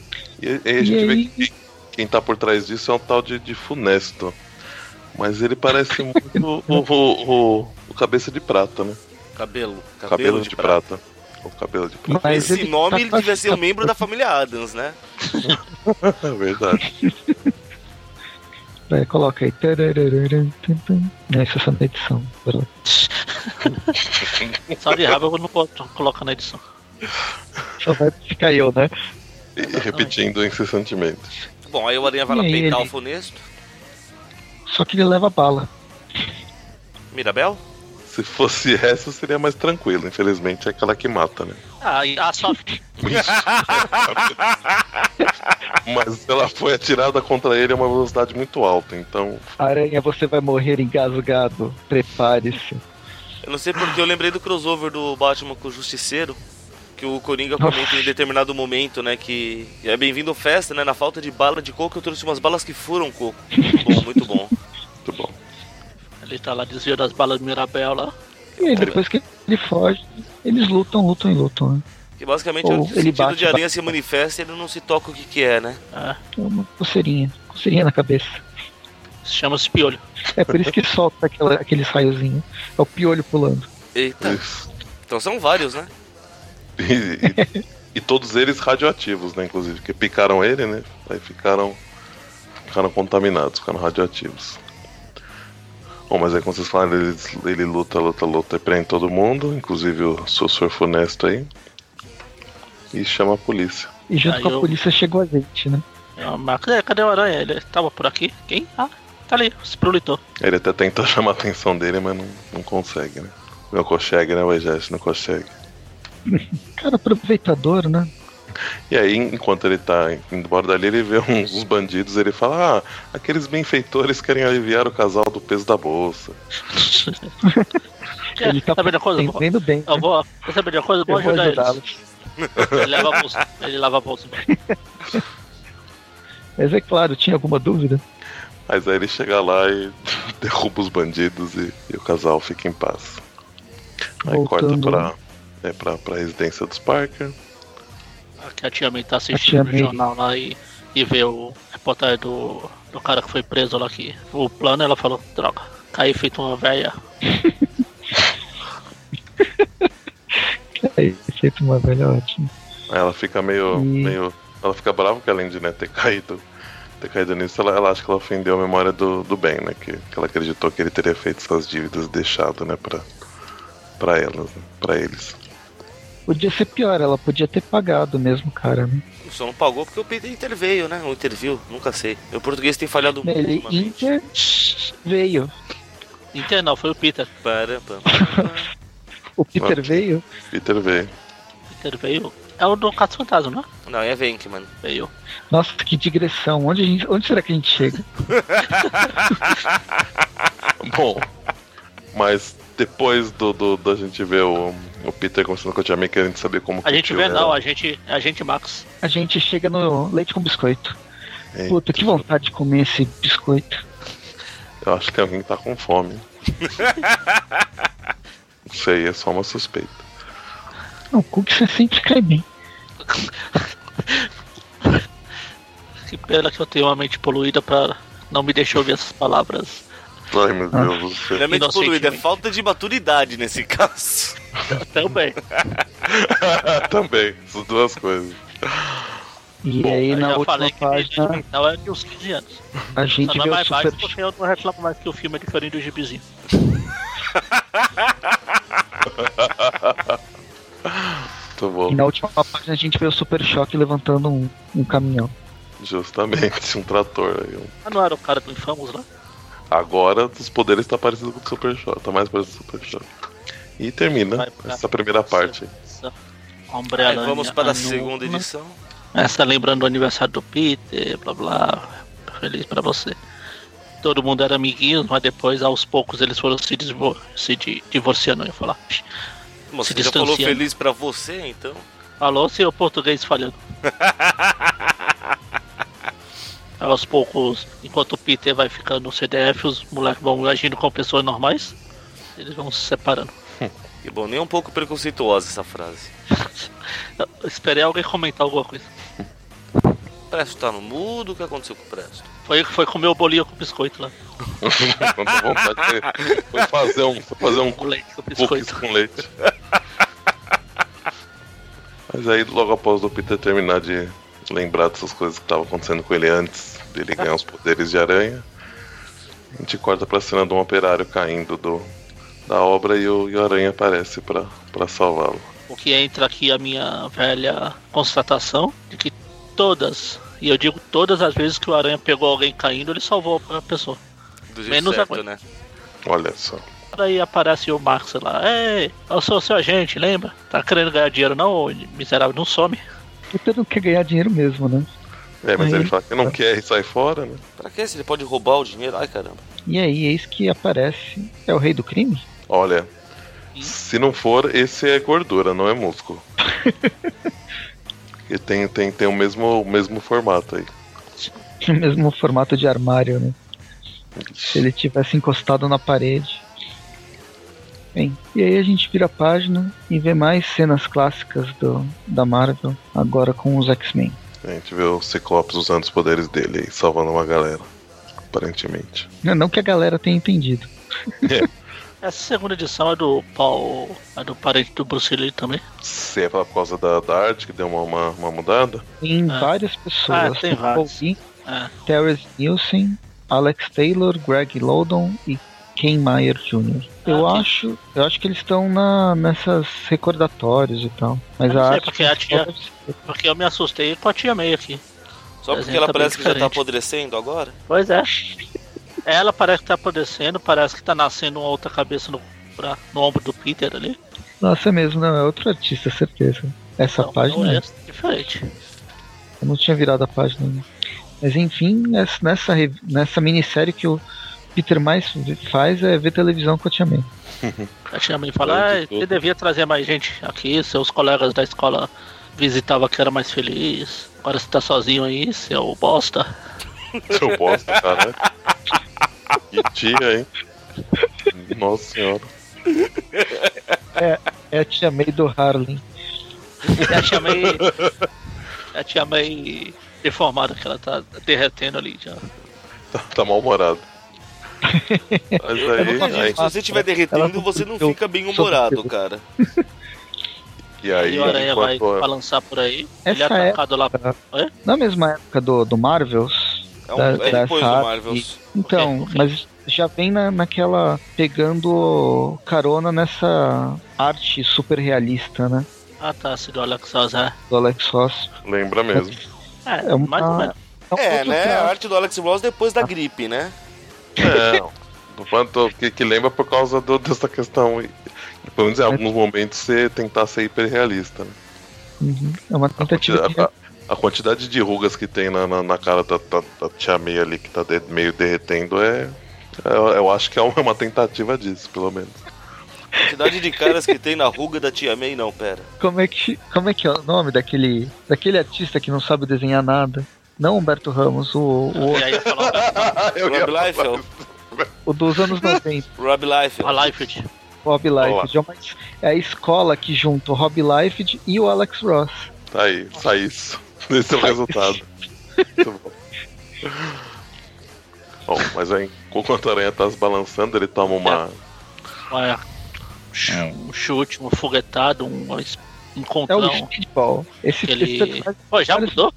Speaker 4: E, e aí a
Speaker 3: E
Speaker 4: gente vê
Speaker 3: aí,
Speaker 4: que quem tá por trás disso é um tal de, de Funesto. Mas ele parece muito o, o, o- o Cabeça de Prata, né?
Speaker 5: Cabelo. Cabelo,
Speaker 4: Cabelo, de, prata. O cabelo de prata.
Speaker 3: mas
Speaker 5: Esse
Speaker 3: ele
Speaker 5: nome
Speaker 3: tá
Speaker 5: ele devia ser um
Speaker 3: classificado-
Speaker 5: membro da família Adams, né?
Speaker 4: É verdade.
Speaker 3: Vai, coloca aí. Tararararam, tum, tum. Não, Isso é só na edição. Pera lá.
Speaker 2: Só de raiva eu não boto- coloco na edição.
Speaker 3: Só vai ficar eu, né?
Speaker 4: E repetindo incessantemente.
Speaker 5: Bom, aí o Aranha vai lá
Speaker 3: E aí,
Speaker 5: peitar
Speaker 3: ele-
Speaker 5: o funesto.
Speaker 3: Só que ele leva bala.
Speaker 5: Mirabel?
Speaker 4: Se fosse essa, seria mais tranquilo. Infelizmente, é aquela que mata, né?
Speaker 2: Ah, e a Soft.
Speaker 4: Mas ela foi atirada contra ele a uma velocidade muito alta. Então,
Speaker 3: Aranha, você vai morrer engasgado. Prepare-se.
Speaker 5: Eu não sei porque eu lembrei do crossover do Batman com o Justiceiro. Que o Coringa
Speaker 3: Nossa.
Speaker 5: comenta em determinado momento, né? Que é bem-vindo à festa, né? Na falta de bala de coco, eu trouxe umas balas que furam coco. Muito bom, muito bom.
Speaker 4: muito bom.
Speaker 2: Ele tá lá desviando as balas do Mirabel lá.
Speaker 3: E aí, depois que ele foge, eles lutam, lutam e lutam. Né?
Speaker 5: Que basicamente
Speaker 3: Ou
Speaker 5: é o
Speaker 3: ele
Speaker 5: sentido
Speaker 3: bate,
Speaker 5: de aranha
Speaker 3: bate.
Speaker 5: se manifesta e ele não se toca o que que é, né?
Speaker 2: Ah,
Speaker 3: É Uma coceirinha, coceirinha na cabeça.
Speaker 2: chama-se piolho.
Speaker 3: É por isso que solta aquela, aquele raiozinho. É o piolho pulando. É.
Speaker 5: Eita,
Speaker 4: Isso.
Speaker 5: então são vários, né?
Speaker 4: E, e- e todos eles radioativos, né? Inclusive, que picaram ele, né? Aí ficaram, ficaram contaminados, ficaram radioativos. Bom, mas aí como vocês falaram, ele, ele luta, luta, luta e prende todo mundo, inclusive o seu senhor funesto aí. E chama a polícia.
Speaker 3: E junto
Speaker 2: Aí
Speaker 3: com a
Speaker 2: eu-
Speaker 3: polícia chegou a gente, né?
Speaker 2: Ah, Mas cadê, cadê o aranha? Ele tava por aqui? Quem? Ah, tá ali, se prolitou.
Speaker 4: Ele até tenta chamar a atenção dele, mas não, não consegue, né? Não consegue, né? O exército não consegue.
Speaker 3: Cara aproveitador, né?
Speaker 4: E aí, enquanto ele tá indo embora dali, ele vê uns, uns bandidos, ele fala, ah, aqueles benfeitores querem aliviar o casal do peso da bolsa.
Speaker 3: Ele tá
Speaker 2: sabe da coisa? Eu vou-
Speaker 3: entendendo bem. né?
Speaker 2: Eu vou, quer saber de uma coisa? Eu vou
Speaker 3: Eu vou
Speaker 2: ajudar eles.
Speaker 3: ajudá-los.
Speaker 2: Ele leva a bolsa, ele lava a bolsa.
Speaker 3: Mas é claro, tinha alguma dúvida?
Speaker 4: Mas aí ele chega lá e derruba os bandidos e, e o casal fica em paz. Aí
Speaker 3: Voltando.
Speaker 4: corta pra, é, pra, pra residência dos Parker.
Speaker 2: Aqui a tia May tá
Speaker 3: A tia
Speaker 2: assistindo o
Speaker 3: May.
Speaker 2: jornal lá e, e vê o reportagem do, do cara que foi preso lá aqui. O plano, ela falou, droga, caí feito uma velha.
Speaker 3: Aí, feito É, uma velha ótima.
Speaker 4: Aí ela fica meio.
Speaker 3: Hum.
Speaker 4: meio ela fica brava que além de né, ter caído. Ter caído nisso, ela, ela acha que ela ofendeu a memória do, do bem, né? Que, que ela acreditou que ele teria feito essas dívidas e deixado, né, pra, pra elas, né, pra eles.
Speaker 3: Podia ser pior, ela podia ter pagado mesmo, cara, né?
Speaker 5: Só não pagou porque o Peter interveio, né? Ou interviu, nunca sei. Meu português tem falhado muito
Speaker 3: Ele
Speaker 5: ultimamente.
Speaker 3: inter veio.
Speaker 2: Inter não, foi o Peter.
Speaker 5: Para, pam, pam, pam.
Speaker 3: O Peter
Speaker 4: Ah.
Speaker 3: veio.
Speaker 4: Peter veio.
Speaker 2: Peter veio. É o do Cato Fantasma, não é?
Speaker 5: Não, é Venk, mano.
Speaker 2: Veio.
Speaker 3: Nossa, que digressão. Onde, a gente- onde será que a gente chega?
Speaker 4: Bom, mas depois do, do, da gente ver o, o Peter conversando com a Tia May, querendo saber como
Speaker 2: A gente
Speaker 4: tio
Speaker 2: vê
Speaker 4: era.
Speaker 2: não, a gente, a gente Max.
Speaker 3: A gente chega no leite com biscoito.
Speaker 4: Eita.
Speaker 3: Puta, que vontade de comer esse biscoito.
Speaker 4: Eu acho que alguém tá com fome. Não sei, é só uma suspeita.
Speaker 3: Não, cookies você sempre cai bem.
Speaker 2: Que pena que eu tenho uma mente poluída pra não me deixar ouvir essas palavras.
Speaker 4: Ai meu
Speaker 3: Ah.
Speaker 4: Deus do céu.
Speaker 5: Não é mente
Speaker 2: Inocentemente.
Speaker 5: poluída, é falta de maturidade nesse caso.
Speaker 2: Também.
Speaker 4: Também, essas duas coisas.
Speaker 3: E
Speaker 4: Bom,
Speaker 3: aí
Speaker 2: eu
Speaker 3: na
Speaker 2: já
Speaker 3: última
Speaker 2: falei que
Speaker 3: página
Speaker 2: Não é de uns 15 anos.
Speaker 3: a
Speaker 2: Só
Speaker 3: gente
Speaker 2: não é
Speaker 3: vê o
Speaker 2: mais baixo
Speaker 3: super.
Speaker 2: porque eu não reclamo mais que o filme é diferente do gibizinho.
Speaker 4: Muito
Speaker 3: E
Speaker 4: Então, bom.
Speaker 3: na última página a gente vê o super choque levantando um, um caminhão.
Speaker 4: Justamente, um trator. aí, um-
Speaker 2: Ah, não era o cara do Infamous lá?
Speaker 4: Agora os poderes tá parecido com o Super Shock, tá mais parecido com o Super Shock. E termina
Speaker 2: Vai pra-
Speaker 4: essa primeira parte.
Speaker 2: Essa Hombre
Speaker 5: Aí
Speaker 2: Aranha
Speaker 5: vamos para a
Speaker 2: Anônima.
Speaker 5: segunda edição.
Speaker 2: né? Essa lembrando o aniversário do Peter, blá blá. Feliz pra você. Todo mundo era amiguinho, mas depois aos poucos eles foram se, desvo- se di- divorciando. Eu ia falar.
Speaker 5: Você
Speaker 2: Se
Speaker 5: já falou
Speaker 2: distanciando.
Speaker 5: feliz pra você, então?
Speaker 2: Falou seu português falhando. aos poucos, enquanto o Peter vai ficando no CDF, os moleques vão agindo como pessoas normais. Eles vão se separando.
Speaker 5: Que bom, nem um pouco preconceituosa essa frase.
Speaker 2: Eu esperei alguém comentar alguma coisa.
Speaker 5: O Presto tá no mudo, o que aconteceu com o Presto?
Speaker 2: Foi foi comer o bolinho com biscoito lá.
Speaker 4: Quanta vontade de- Foi fazer um, foi fazer um
Speaker 2: Com leite com
Speaker 4: cookies
Speaker 2: biscoito.
Speaker 4: com leite. Mas aí, logo após o Peter terminar de lembrar dessas coisas que estavam acontecendo com ele antes dele ganhar os poderes de aranha, a gente corta pra cena de um operário caindo do, da obra e o, e o aranha aparece pra, pra salvá-lo.
Speaker 2: O que entra aqui a minha velha constatação de que todas, e eu digo todas as vezes que o aranha pegou alguém caindo, ele salvou a pessoa.
Speaker 5: Do jeito
Speaker 2: Menos
Speaker 5: certo,
Speaker 2: agora.
Speaker 5: né?
Speaker 4: Olha só.
Speaker 2: Aí aparece o Max lá, ei, eu sou seu agente, lembra? Tá querendo ganhar dinheiro não, ô miserável, não some.
Speaker 3: Peter não quer ganhar dinheiro mesmo, né?
Speaker 4: É, mas
Speaker 3: Aí.
Speaker 4: ele fala que não quer e sai fora, né?
Speaker 5: Pra que se ele pode roubar o dinheiro? Ai caramba.
Speaker 3: E aí, eis que aparece. É o rei do crime?
Speaker 4: Olha, se não for, esse é gordura, não é músculo. E tem, tem, tem o, mesmo, o mesmo formato aí.
Speaker 3: No mesmo formato de armário, né? Se ele tivesse encostado na parede. Bem, e aí a gente vira a página e vê mais cenas clássicas do, da Marvel, agora com os X-Men.
Speaker 4: A gente vê o Ciclopes usando os poderes dele e salvando uma galera, aparentemente.
Speaker 3: Não não que a galera tenha entendido.
Speaker 2: Essa segunda edição é do Paul. É do parente do Bruce Lee também.
Speaker 4: Se é por causa da, da arte que deu uma, uma, uma mudada,
Speaker 3: Tem
Speaker 2: Ah.
Speaker 3: várias pessoas.
Speaker 2: Ah, tem
Speaker 3: Paul
Speaker 2: vários.
Speaker 3: Lee,
Speaker 2: É.
Speaker 3: Terrence Nielsen, Alex Taylor, Greg Lowdon e Ken Meyer Jr. Eu
Speaker 2: Ah,
Speaker 3: acho, eu acho que eles estão na nessas recordatórios e tal. Mas
Speaker 2: Eu não
Speaker 3: a
Speaker 2: sei,
Speaker 3: arte
Speaker 2: porque a
Speaker 3: principal é-
Speaker 2: tia-
Speaker 3: deve ser-
Speaker 2: Porque eu me assustei com a tia May aqui.
Speaker 5: Só
Speaker 2: Mas
Speaker 5: porque
Speaker 2: ele
Speaker 5: ela
Speaker 2: tá bem
Speaker 5: parece que já tá
Speaker 2: diferente.
Speaker 5: apodrecendo agora?
Speaker 2: Pois é. Ela parece que tá apodrecendo, parece que tá nascendo uma outra cabeça no, pra- no ombro do Peter ali.
Speaker 3: Nossa, é mesmo, não, é outro artista, certeza. Essa
Speaker 2: Não,
Speaker 3: página
Speaker 2: não
Speaker 3: é.
Speaker 2: é diferente.
Speaker 3: Eu não tinha virado a página ainda. Mas enfim, nessa, nessa, rev- nessa minissérie que o Peter mais vi- faz é ver televisão com a Tia May.
Speaker 2: A tia May fala,
Speaker 4: Além
Speaker 2: ah,
Speaker 4: de
Speaker 2: você
Speaker 4: tudo.
Speaker 2: devia trazer mais gente aqui, seus colegas da escola visitavam que era mais feliz. Agora você tá sozinho aí, seu bosta.
Speaker 4: seu bosta, caralho. Que tia, hein? Nossa senhora.
Speaker 3: É a Tia May do Harlem.
Speaker 2: Eu te amei. Eu te amei deformada que ela tá derretendo ali já.
Speaker 4: Tá, tá mal-humorado. Mas aí, um
Speaker 5: Imagina,
Speaker 4: aí,
Speaker 5: se você estiver derretendo,
Speaker 3: Ela-
Speaker 5: você não
Speaker 3: eu-
Speaker 5: fica bem humorado, cara.
Speaker 4: e aí,
Speaker 2: e o Aranha vai
Speaker 4: enquanto a-
Speaker 2: balançar por aí. ele é
Speaker 3: Essa é
Speaker 2: atacado lá.
Speaker 3: na mesma época do, do Marvels.
Speaker 5: É, um,
Speaker 3: Da-
Speaker 5: é
Speaker 3: da
Speaker 5: depois do
Speaker 3: Sharp
Speaker 5: Marvels.
Speaker 4: É
Speaker 3: Então,
Speaker 2: Ok, ok.
Speaker 3: mas já vem na, naquela. pegando carona nessa arte super realista, né?
Speaker 2: Ah tá, se do Alex Ross, é.
Speaker 3: Do Alex Ross.
Speaker 4: lembra mesmo.
Speaker 2: É,
Speaker 3: É uma-
Speaker 2: mais ou menos.
Speaker 3: um
Speaker 5: É,
Speaker 3: outro
Speaker 5: né? A
Speaker 3: traço.
Speaker 5: arte do Alex Ross depois
Speaker 4: Ah.
Speaker 5: da gripe, né?
Speaker 4: É, o quanto que, que lembra por causa do- dessa questão. e- Pelo menos em alguns momentos você tentar ser hiperrealista, né?
Speaker 3: Uhum, É uma
Speaker 4: A
Speaker 3: tentativa.
Speaker 4: quantidade- a- a quantidade de rugas que tem na, na, na cara da, da, da tia May ali, que tá de- meio derretendo, é. Eu, eu acho que é uma, uma tentativa disso, pelo menos.
Speaker 5: A quantidade de caras que tem na ruga da tia May, não, pera.
Speaker 3: de- Como é, que, como é que é o nome daquele. daquele artista que não sabe desenhar nada? Não Humberto Ramos, o, o,
Speaker 2: E aí eu falo,
Speaker 4: Ah, Eu ia
Speaker 5: Rob
Speaker 4: falar
Speaker 5: Liefeld.
Speaker 3: o dos anos 90,
Speaker 5: Rob
Speaker 2: a
Speaker 5: Liefeld.
Speaker 2: Liefeld.
Speaker 3: Rob
Speaker 4: Olá.
Speaker 3: Liefeld. É, uma- é a escola que junta o Rob Liefeld e o Alex Ross.
Speaker 4: Tá aí, sai isso. Esse é o resultado. Muito bom. Bom, mas aí, enquanto a aranha tá se balançando, ele toma uma.
Speaker 3: É.
Speaker 2: Olha, Um chute, um foguetado, um um
Speaker 3: É o
Speaker 2: encontrão.
Speaker 3: Speedball. Esse é
Speaker 2: Ele-
Speaker 3: esse personagem
Speaker 2: Pô, já
Speaker 3: Olha-
Speaker 2: mudou?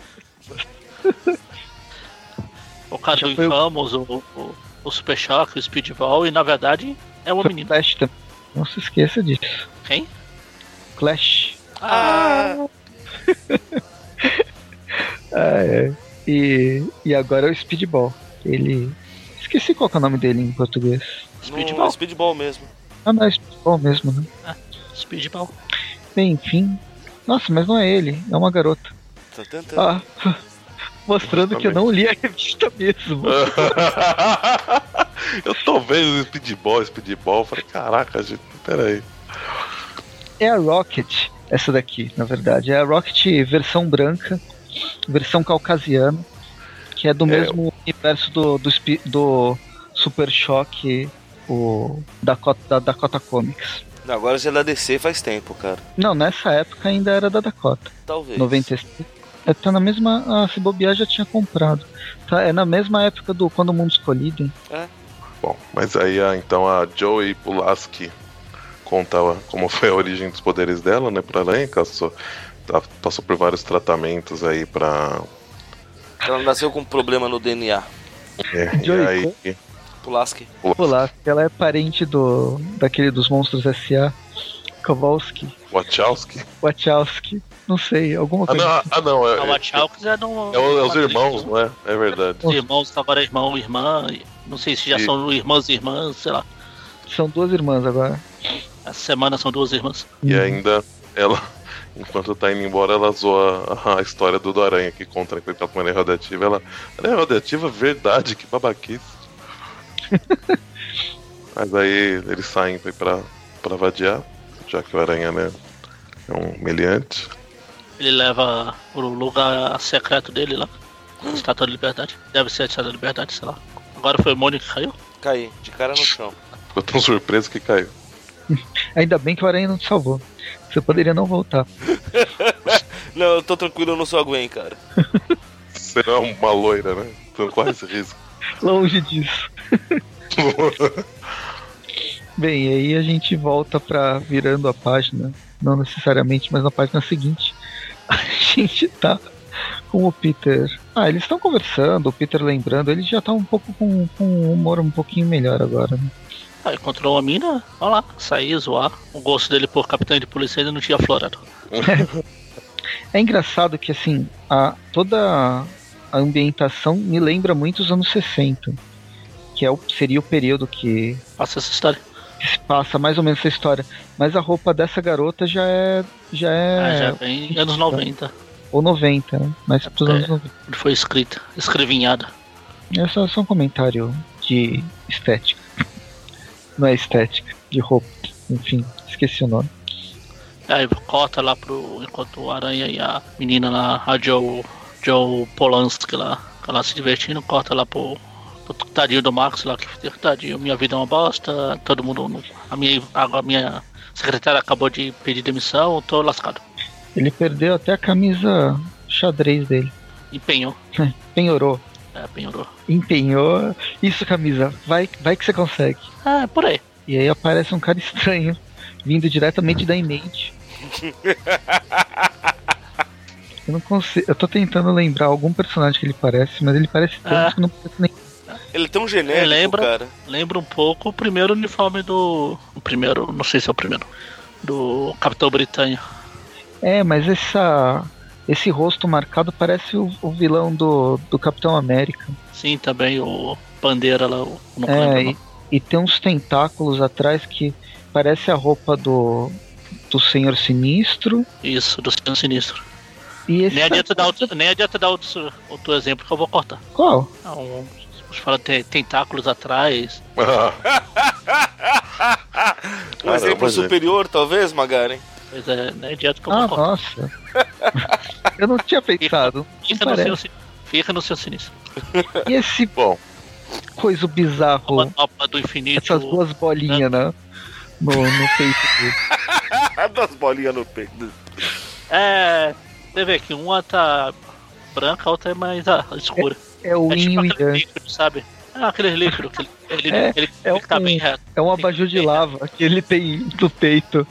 Speaker 2: O cara
Speaker 3: Já
Speaker 2: do
Speaker 3: foi o-
Speaker 2: Infamous, o, o, o Super Shock, o Speedball, e na verdade é uma
Speaker 3: foi
Speaker 2: menina.
Speaker 3: Clash também. Não se esqueça disso.
Speaker 2: Quem?
Speaker 3: Clash.
Speaker 5: Ah,
Speaker 3: Ah, é. E, e agora é o Speedball. Ele. Esqueci qual que é o nome dele em português.
Speaker 5: speedball.
Speaker 2: Speedball.
Speaker 5: speedball mesmo.
Speaker 3: Ah, não, é Speedball mesmo, né?
Speaker 2: Speedball.
Speaker 3: Bem, enfim. Nossa, mas não é ele, é uma garota.
Speaker 5: Tá tentando.
Speaker 3: Ah, mostrando que eu não li a revista mesmo.
Speaker 4: eu tô vendo o speedball, speedball. eu Falei, caraca, gente, peraí.
Speaker 3: É a Rocket, essa daqui, na verdade. É a Rocket versão branca, versão caucasiana, que é do mesmo universo do, do, Spe- do Super Choque o, da, Cota- da Dakota Comics.
Speaker 5: Não, agora já é da DC faz tempo, cara.
Speaker 3: Não, nessa época ainda era da Dakota.
Speaker 5: Talvez.
Speaker 3: 95. É, tá na mesma. Ah, se bobear já tinha comprado. Tá, é na mesma época do Quando o Mundo Escolhido.
Speaker 4: Bom, mas aí a- então a Joey Pulaski conta a- como foi a origem dos poderes dela, né, pra aranha, que ela só- tá- passou por vários tratamentos aí pra.
Speaker 5: Ela nasceu com um problema no DNA.
Speaker 4: É, e
Speaker 3: Joey,
Speaker 4: aí.
Speaker 5: Pulaski.
Speaker 3: Olá, ela é parente do daquele dos monstros S.A. Kowalski,
Speaker 4: Wachowski?
Speaker 3: Wachowski, não sei, alguma
Speaker 4: Ah,
Speaker 3: coisa.
Speaker 4: não, ah, não
Speaker 2: A
Speaker 4: é, é,
Speaker 2: Wachowks é do.
Speaker 4: É, o- é os irmãos, não é? É verdade.
Speaker 2: Os irmãos, agora irmão, irmã. e Não sei se já
Speaker 4: E-
Speaker 2: são irmãs e irmãs, sei lá.
Speaker 3: São duas irmãs agora.
Speaker 2: Essa semana são duas irmãs.
Speaker 4: E
Speaker 3: Uhum.
Speaker 4: ainda ela, enquanto tá indo embora, ela zoa a, a história do do Aranha que conta né, que ele tá com a radioativa. Ela. Aranha radioativa, verdade, que babaquice. Mas aí eles saem pra, pra, pra vadiar, já que o Aranha, né? É um meliante.
Speaker 2: Ele leva pro lugar secreto dele lá. Estátua da Liberdade. Deve ser a Estátua da Liberdade, sei lá. Agora foi o Mônica que caiu.
Speaker 5: Caiu, de cara no chão.
Speaker 4: Ficou tão surpreso que caiu.
Speaker 3: Ainda bem que o Aranha não te salvou. Você poderia não voltar.
Speaker 5: Não, eu tô tranquilo, eu não sou a Gwen, cara.
Speaker 4: Você não é uma loira, né? Então corre esse risco.
Speaker 3: Longe disso. Bem, aí a gente volta pra virando a página. Não necessariamente, mas na página seguinte. A gente tá com o Peter. Ah, eles estão conversando, o Peter lembrando. Ele já tá um pouco com, com um humor um pouquinho melhor agora, né?
Speaker 2: Aí encontrou a mina, olha lá, saía zoar. O gosto dele por capitão de polícia ainda não tinha florado.
Speaker 3: É engraçado que assim, a, toda a ambientação me lembra muito os anos 60, que é o, seria o período que
Speaker 2: Passa essa história.
Speaker 3: se passa mais ou menos essa história. Mas a roupa dessa garota já é. Já é.
Speaker 2: Ah, já vem anos 90,
Speaker 3: Ou 90, né? Mas pros
Speaker 2: É.
Speaker 3: anos 90.
Speaker 2: onde foi escrita, escrevinhada.
Speaker 3: É só, só um comentário de estética. Não é estética, de roupa. Enfim, esqueci o nome.
Speaker 2: Aí corta lá pro. Enquanto o Aranha e a menina lá, a Joe, Joe Polanski lá, tá lá se divertindo, corta lá pro, pro tadinho do Max lá, que tadinho, minha vida é uma bosta, todo mundo. não- A minha, a minha secretária acabou de pedir demissão, eu tô lascado.
Speaker 3: Ele perdeu até a camisa xadrez dele.
Speaker 2: Empenhou.
Speaker 3: Penhorou.
Speaker 2: É, penhorou.
Speaker 3: Empenhou. Isso, camisa. Vai, vai que você consegue.
Speaker 2: É, por aí.
Speaker 3: E aí aparece um cara estranho, vindo diretamente da Image. Eu não consigo. Eu tô tentando lembrar algum personagem que ele parece, mas ele parece tanto
Speaker 2: Ah.
Speaker 3: que não parece nem.
Speaker 5: Ele é tão genérico,
Speaker 2: Ele lembra?
Speaker 5: cara.
Speaker 2: Lembra um pouco o primeiro uniforme do. O primeiro, não sei se é o primeiro. Do Capitão Britânia.
Speaker 3: É, mas essa. Esse rosto marcado parece o, o vilão do, do Capitão América.
Speaker 2: Sim, também o Bandeira lá, o não
Speaker 3: É,
Speaker 2: lembro.
Speaker 3: e, e tem uns tentáculos atrás que parece a roupa do, do Senhor Sinistro.
Speaker 2: Isso, do Senhor Sinistro.
Speaker 3: E esse. é
Speaker 2: Nem adianta dar outro, nem adianta dar outro, outro exemplo que eu vou cortar.
Speaker 3: Qual?
Speaker 2: Ah, um- Você fala tem tentáculos atrás.
Speaker 4: Ah,
Speaker 5: Um exemplo
Speaker 4: Caramba, gente.
Speaker 5: superior, talvez, Magaren?
Speaker 2: Pois é, nem adianta que eu vou
Speaker 3: Ah,
Speaker 2: cortar.
Speaker 3: nossa. Eu não tinha pensado.
Speaker 2: Fica é no,
Speaker 3: Parece.
Speaker 2: seu, sin- fica no seu sinistro.
Speaker 3: E esse
Speaker 4: Bom.
Speaker 3: coisa bizarro,
Speaker 2: Manopla do infinito.
Speaker 3: essas duas bolinhas, né? No, no peito dele.
Speaker 5: das bolinhas no peito.
Speaker 2: É. Você vê que uma tá branca, a outra é mais ah, escura.
Speaker 3: É o
Speaker 2: É tipo
Speaker 3: Inho e
Speaker 2: aquele
Speaker 3: Yang.
Speaker 2: líquido, sabe? É aquele líquido que ele, ele,
Speaker 3: É,
Speaker 2: ele,
Speaker 3: é
Speaker 2: ele tá
Speaker 3: um-
Speaker 2: bem reto.
Speaker 3: É um abajur de lava que ele tem no peito.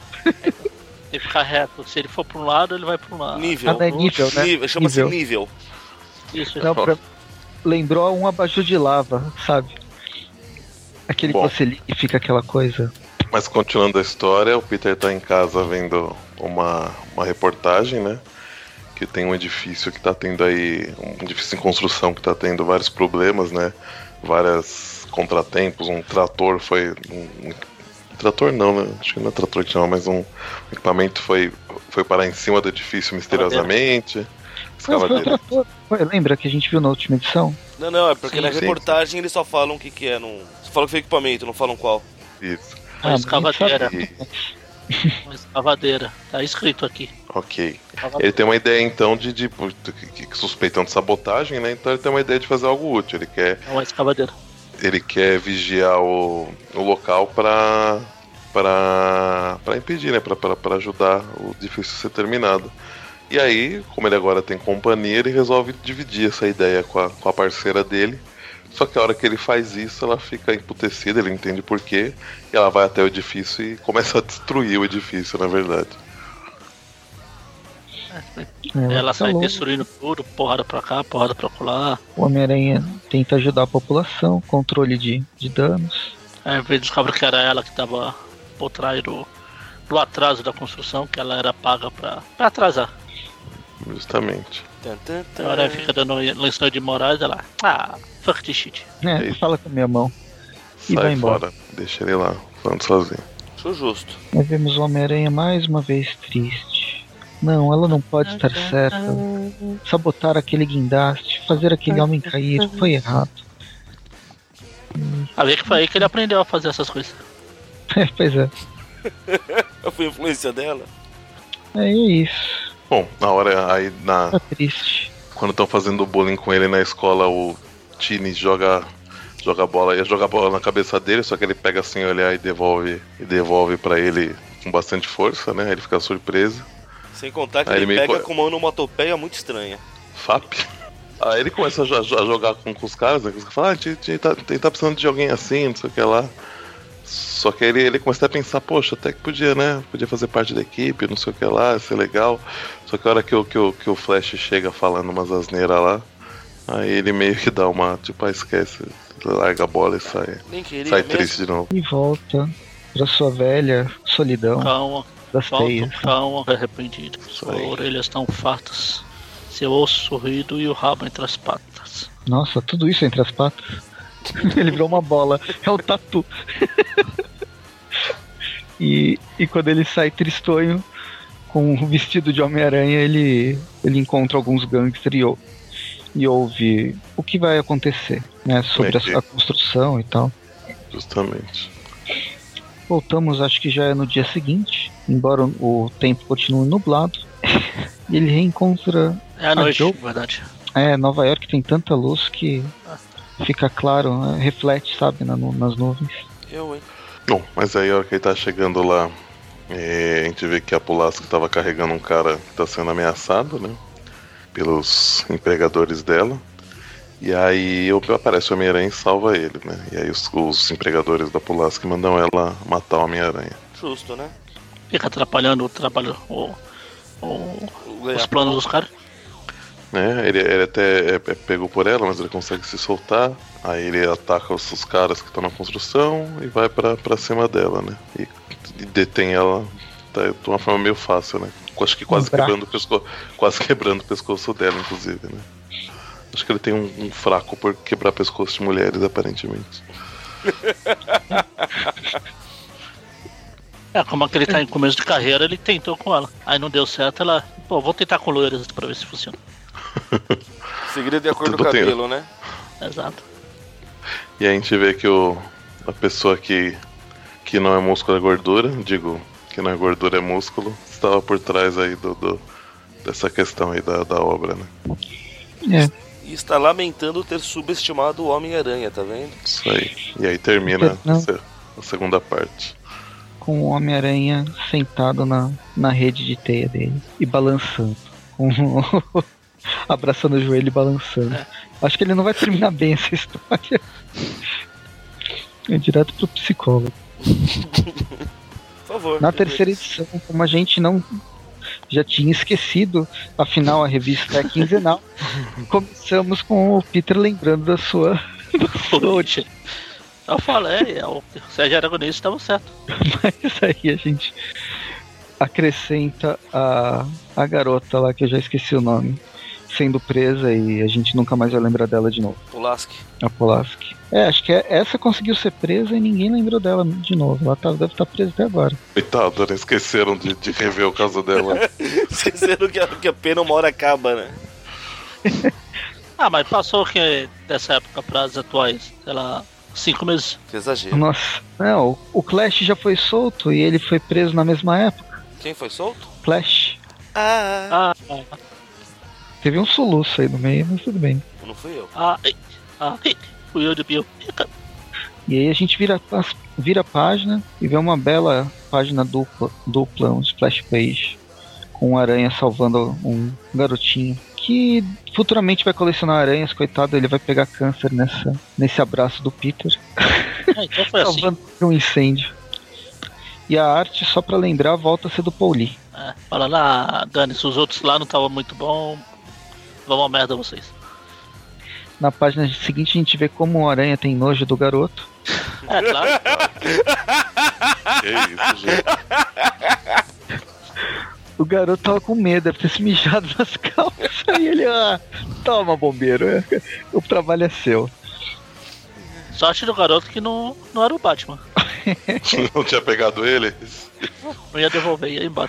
Speaker 2: Ele fica reto. Se ele for pra um lado, ele vai pra um lado.
Speaker 5: Nível.
Speaker 3: Ah, não é nível, né?
Speaker 5: Nível, Chama-se
Speaker 3: Nível.
Speaker 5: nível.
Speaker 2: Isso, é
Speaker 3: Não, pra- Lembrou um abajur de lava, sabe? Aquele
Speaker 4: Bom.
Speaker 3: que você liga e fica aquela coisa.
Speaker 4: Mas continuando a história, o Peter tá em casa vendo uma, uma reportagem, né? Que tem um edifício que tá tendo aí. Um edifício em construção que tá tendo vários problemas, né? Vários contratempos, um trator foi. Um, um- trator não, né? Acho que não é trator que chama, mas um equipamento foi, foi parar em cima do edifício misteriosamente.
Speaker 3: Mas foi
Speaker 4: Escavadeira.
Speaker 3: outra coisa. Ué, Lembra que a gente viu na última edição?
Speaker 5: Não, não, é porque
Speaker 4: Sim,
Speaker 5: na
Speaker 4: sim.
Speaker 5: reportagem eles só falam o que, que é. Não... Só falam que foi equipamento, não falam qual.
Speaker 4: Isso.
Speaker 2: uma
Speaker 3: mas é a gente sabe.
Speaker 2: escavadeira.
Speaker 4: E-
Speaker 2: Uma escavadeira. Tá escrito aqui.
Speaker 4: ok. Ele
Speaker 2: Escavadeira.
Speaker 4: tem uma ideia então de, de, que- que- suspeitando de sabotagem, né? Então ele tem uma ideia de fazer algo útil. Ele quer,
Speaker 2: É uma escavadeira.
Speaker 4: ele quer vigiar o, o local pra para para impedir, né? Pra- Pra pra ajudar o edifício a ser terminado. E aí, como ele agora tem companhia, ele resolve dividir essa ideia com a, com a parceira dele. Só que a hora que ele faz isso, ela fica emputecida, ele entende por quê, e ela vai até o edifício e começa a destruir o edifício, na verdade.
Speaker 2: Ela
Speaker 3: fica
Speaker 2: sai
Speaker 3: louca.
Speaker 2: destruindo tudo, porrada pra cá, porrada pra lá.
Speaker 3: O Homem-Aranha tenta ajudar a população, controle de, de danos.
Speaker 2: Aí vem descobre que era ela que tava por trás do, do atraso da construção, que ela era paga pra, pra atrasar.
Speaker 4: Justamente.
Speaker 5: Tan, tan, tan.
Speaker 2: Agora ela fica dando lição de morais, ela. Ah, fuck this shit.
Speaker 3: É,
Speaker 4: Isso.
Speaker 3: fala com a minha mão. E vai
Speaker 4: Sai
Speaker 3: embora.
Speaker 4: fora, deixa ele lá, falando sozinho.
Speaker 5: Sou justo.
Speaker 3: Nós vemos o Homem-Aranha mais uma vez triste. Não, ela não pode estar certa. Sabotar aquele guindaste, fazer aquele homem cair, foi errado.
Speaker 2: A ver que foi aí que ele aprendeu a fazer essas coisas.
Speaker 3: É, pois é.
Speaker 5: Eu fui influência dela.
Speaker 3: É isso.
Speaker 4: Bom, na hora aí na
Speaker 3: Tá triste.
Speaker 4: quando estão fazendo bullying com ele na escola, o Tini joga assim, joga a bola, ia jogar a bola na cabeça dele, só que ele pega sem olhar e devolve e devolve para ele com bastante força, né? Aí ele fica surpreso.
Speaker 5: Sem contar que
Speaker 4: Aí Ah,
Speaker 5: ele,
Speaker 4: ele meio
Speaker 5: pega
Speaker 4: co-
Speaker 5: com uma onomatopeia muito estranha.
Speaker 4: FAP. Aí ele começa a, jo- a jogar com, com os caras, né? Que os caras falam, ah, a gente, a gente tá, a gente tá precisando de alguém assim, não sei o que lá. Só que aí ele, ele começa a pensar, poxa, até que podia, né? Podia fazer parte da equipe, não sei o que lá, ia ser legal. Só que a hora que o, que o, que o Flash chega falando umas asneiras lá, aí ele meio que dá uma, tipo, ah, esquece, larga a bola e sai.
Speaker 5: Nem queria
Speaker 4: Sai
Speaker 5: é mesmo.
Speaker 4: triste de novo.
Speaker 3: E volta pra sua velha solidão
Speaker 2: Calma,
Speaker 3: das
Speaker 2: calma,
Speaker 3: teias.
Speaker 2: calma, é arrependido. Suas
Speaker 4: aí.
Speaker 2: orelhas estão fartas. Seu osso sorrido e o rabo entre as patas.
Speaker 3: Nossa, tudo isso entre as patas. Ele virou uma bola. É o tatu. e, e quando ele sai tristonho com o vestido de Homem-Aranha, ele, ele encontra alguns gangsters e, ou- e ouve o que vai acontecer, né? Sobre
Speaker 4: Como é que-
Speaker 3: a, a construção e tal.
Speaker 4: Justamente.
Speaker 3: Voltamos, acho que já é no dia seguinte, embora o, o tempo continue nublado. e ele reencontra
Speaker 2: É a noite,
Speaker 3: Joe?
Speaker 2: na verdade.
Speaker 3: É, Nova York tem tanta luz que fica claro, né? reflete, sabe, na nu- nas nuvens.
Speaker 5: Eu, hein?
Speaker 4: Bom, mas aí a hora que ele tá chegando lá, é, a gente vê que a Pulaski tava carregando um cara que tá sendo ameaçado, né? Pelos empregadores dela. E aí o- aparece o Homem-Aranha e salva ele, né? E aí os, os empregadores da Pulaski mandam ela matar o Homem-Aranha.
Speaker 5: Justo, né?
Speaker 2: Fica atrapalhando o trabalho, o- o-
Speaker 5: O
Speaker 2: os
Speaker 5: ganha-
Speaker 2: planos dos caras.
Speaker 4: Né? Ele, ele até é, é pego por ela, mas ele consegue se soltar. Aí ele ataca os, os caras que estão na construção e vai pra, pra cima dela, né? E, e detém ela tá, de uma forma meio fácil, né? Acho que quase
Speaker 3: Um braço.
Speaker 4: quebrando, o pesco, quase quebrando o pescoço dela, inclusive, né? Acho que ele tem um, um fraco por quebrar pescoço de mulheres, aparentemente.
Speaker 2: É, como aquele tá em começo de carreira, ele tentou com ela. Aí não deu certo, ela. Pô, vou tentar com loiras pra ver se funciona.
Speaker 5: Segredo é a cor do
Speaker 4: Tudo tem.
Speaker 5: cabelo, né?
Speaker 2: Exato.
Speaker 4: E aí a gente vê que o, a pessoa que, que não é músculo é gordura, digo, que não é gordura é músculo, estava por trás aí do, do- dessa questão aí da, da obra, né?
Speaker 3: É,
Speaker 5: E está lamentando ter subestimado o Homem-Aranha, tá vendo?
Speaker 4: Isso aí. E aí termina
Speaker 3: Não.
Speaker 4: a se- a segunda parte.
Speaker 3: com o Homem-Aranha sentado na, na rede de teia dele e balançando. Com o- abraçando o joelho e balançando. Acho que ele não vai terminar bem essa história. É direto pro psicólogo.
Speaker 5: Por favor.
Speaker 3: Na
Speaker 5: Pedro.
Speaker 3: terceira edição, como a gente não já tinha esquecido, afinal a revista é quinzenal, começamos com o Peter lembrando da sua
Speaker 2: Noite. Eu falei, é, o Sérgio Aragonês estava certo.
Speaker 3: Isso aí a gente acrescenta a, a garota lá que eu já esqueci o nome, sendo presa e a gente nunca mais vai lembrar dela de novo,
Speaker 5: Pulaski.
Speaker 3: a Polaski. É, acho que é- essa conseguiu ser presa e ninguém lembrou dela de novo. Ela tá- deve estar presa até agora.
Speaker 4: Coitado, né? esqueceram de, de rever o caso dela.
Speaker 5: Esqueceram que a, que a pena uma hora acaba, né?
Speaker 2: Ah, mas passou que dessa época para as atuais, sei lá, cinco meses.
Speaker 5: Que
Speaker 2: Hum.
Speaker 5: exagero.
Speaker 3: Nossa, não, o- o Clash já foi solto e ele foi preso na mesma época.
Speaker 5: Quem foi solto?
Speaker 3: Clash.
Speaker 5: Ah,
Speaker 2: Ah,
Speaker 3: Teve um soluço aí no meio, mas tudo bem.
Speaker 5: não fui eu.
Speaker 2: ah, ai, ah, ai, fui eu de bio.
Speaker 3: E aí a gente vira, as- vira a página e vê uma bela página dupla, dupla um splash page, com uma aranha salvando um garotinho que futuramente vai colecionar aranhas, coitado, ele vai pegar câncer nessa, nesse abraço do Peter,
Speaker 2: Ah, então foi assim.
Speaker 3: salvando de um incêndio. E a arte, só pra lembrar, volta a ser do Pauli.
Speaker 2: É, fala lá, Dani, se os outros lá não estavam muito bom, vão a merda vocês.
Speaker 3: Na página seguinte a gente vê como o aranha tem nojo do garoto.
Speaker 2: É claro,
Speaker 4: que isso, gente.
Speaker 3: O garoto tava com medo, deve ter se mijado nas calças. E ele, ah, toma, bombeiro, o trabalho é seu.
Speaker 2: sorte do garoto que não, não era o Batman.
Speaker 4: Não tinha pegado ele?
Speaker 2: Não ia devolver, ia embora.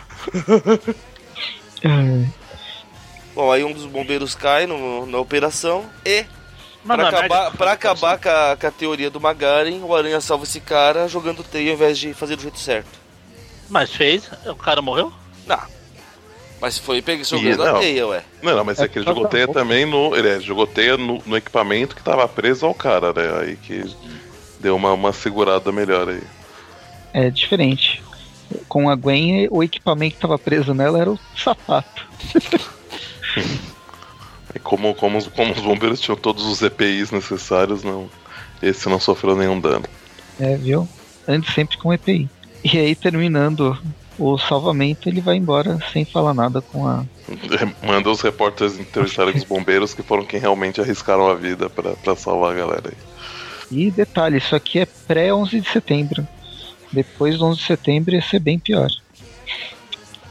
Speaker 5: Bom, aí um dos bombeiros cai no- na operação e
Speaker 2: Mas
Speaker 5: pra
Speaker 2: não é
Speaker 5: acabar,
Speaker 2: merda.
Speaker 5: pra acabar com, a, com a teoria do Magaren, o Aranha salva esse cara jogando teia ao invés de fazer do jeito certo.
Speaker 2: Mas fez, o cara morreu?
Speaker 5: Não. Mas foi pegando jogando
Speaker 4: não.
Speaker 5: a teia, ué.
Speaker 4: Não, não, mas é que ele
Speaker 3: É,
Speaker 4: jogou teia
Speaker 3: tá bom.
Speaker 4: também no. Ele é, jogou teia no, no equipamento que tava preso ao cara, né? Aí que deu uma, uma segurada melhor aí.
Speaker 3: É diferente. com a Gwen, o equipamento que estava preso nela era o sapato.
Speaker 4: E É como, como, os- como os bombeiros tinham todos os EPIs necessários, não, esse não sofreu nenhum dano.
Speaker 3: É, viu? Ande sempre com EPI. E aí, terminando o salvamento, ele vai embora sem falar nada com a.
Speaker 4: É, Mandou os repórteres entrevistarem os bombeiros que foram quem realmente arriscaram a vida pra, pra salvar a galera. aí.
Speaker 3: E detalhe, isso aqui é pré-11 de setembro. Depois do 11 de setembro ia ser bem pior.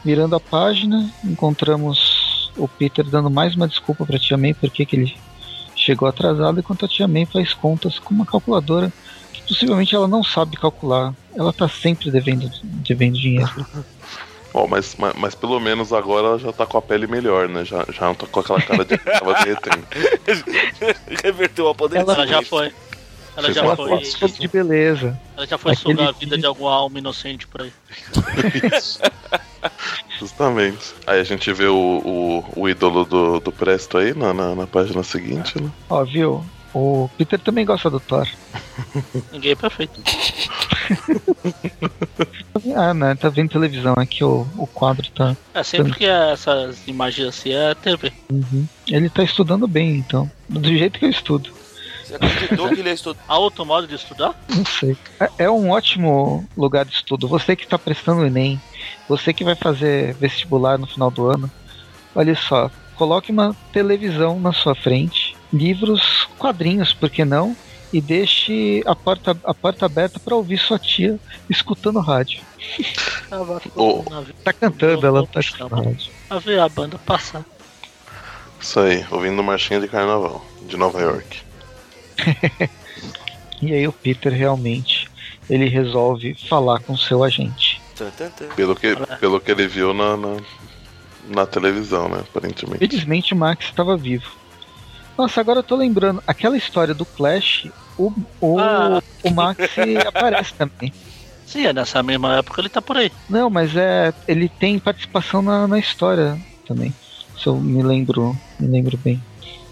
Speaker 3: Virando a página, encontramos o Peter dando mais uma desculpa pra Tia May porque que ele chegou atrasado, enquanto a Tia May faz contas com uma calculadora que possivelmente ela não sabe calcular. Ela tá sempre devendo, devendo dinheiro.
Speaker 4: Ó, mas, mas, mas pelo menos agora ela já tá com a pele melhor, né? Já, já não tá com aquela cara de que tava derretendo.
Speaker 5: Reverteu a poder.
Speaker 2: Ela já foi. Ela já
Speaker 4: Ela
Speaker 2: foi. né?
Speaker 4: faz-
Speaker 3: Fotos de beleza.
Speaker 2: Ela já foi
Speaker 3: Aquele
Speaker 2: sugar a vida
Speaker 3: dia-
Speaker 2: de alguma alma inocente por aí.
Speaker 4: Isso. Justamente. Aí a gente vê o, o, o ídolo do, do Presto aí na, na, na página seguinte, né?
Speaker 3: Ó, viu? O Peter também gosta do Thor.
Speaker 2: Ninguém é perfeito.
Speaker 3: Ah, né? Tá vendo televisão aqui, o, o quadro tá.
Speaker 2: É sempre que é essas imagens assim é TV.
Speaker 3: Ele tá estudando bem, então. Do jeito que eu estudo.
Speaker 5: Você acreditou que ele é ia estudar?
Speaker 2: Há outro modo de estudar?
Speaker 3: Não sei. É, é um ótimo lugar de estudo. Você que tá prestando o Enem, você que vai fazer vestibular no final do ano, olha só, coloque uma televisão na sua frente, livros, quadrinhos, por que não? E deixe a porta, a porta aberta pra ouvir sua tia escutando rádio.
Speaker 4: Ô.
Speaker 3: Tá cantando, ela tá escutando rádio.
Speaker 2: A ver a banda passar.
Speaker 4: Isso aí, ouvindo marchinha de carnaval de Nova York.
Speaker 3: E aí o Peter realmente ele resolve falar com seu agente.
Speaker 5: Tan, tan, tan.
Speaker 4: Pelo que, pelo que ele viu na, na, na televisão, né? Aparentemente.
Speaker 3: Felizmente o Max estava vivo. Nossa, agora eu tô lembrando, aquela história do Clash, o, o,
Speaker 2: Ah.
Speaker 3: o Max aparece também.
Speaker 2: Sim, é nessa mesma época ele tá por aí.
Speaker 3: Não, mas é. Ele tem participação na, na história também. Se eu me lembro, me lembro bem.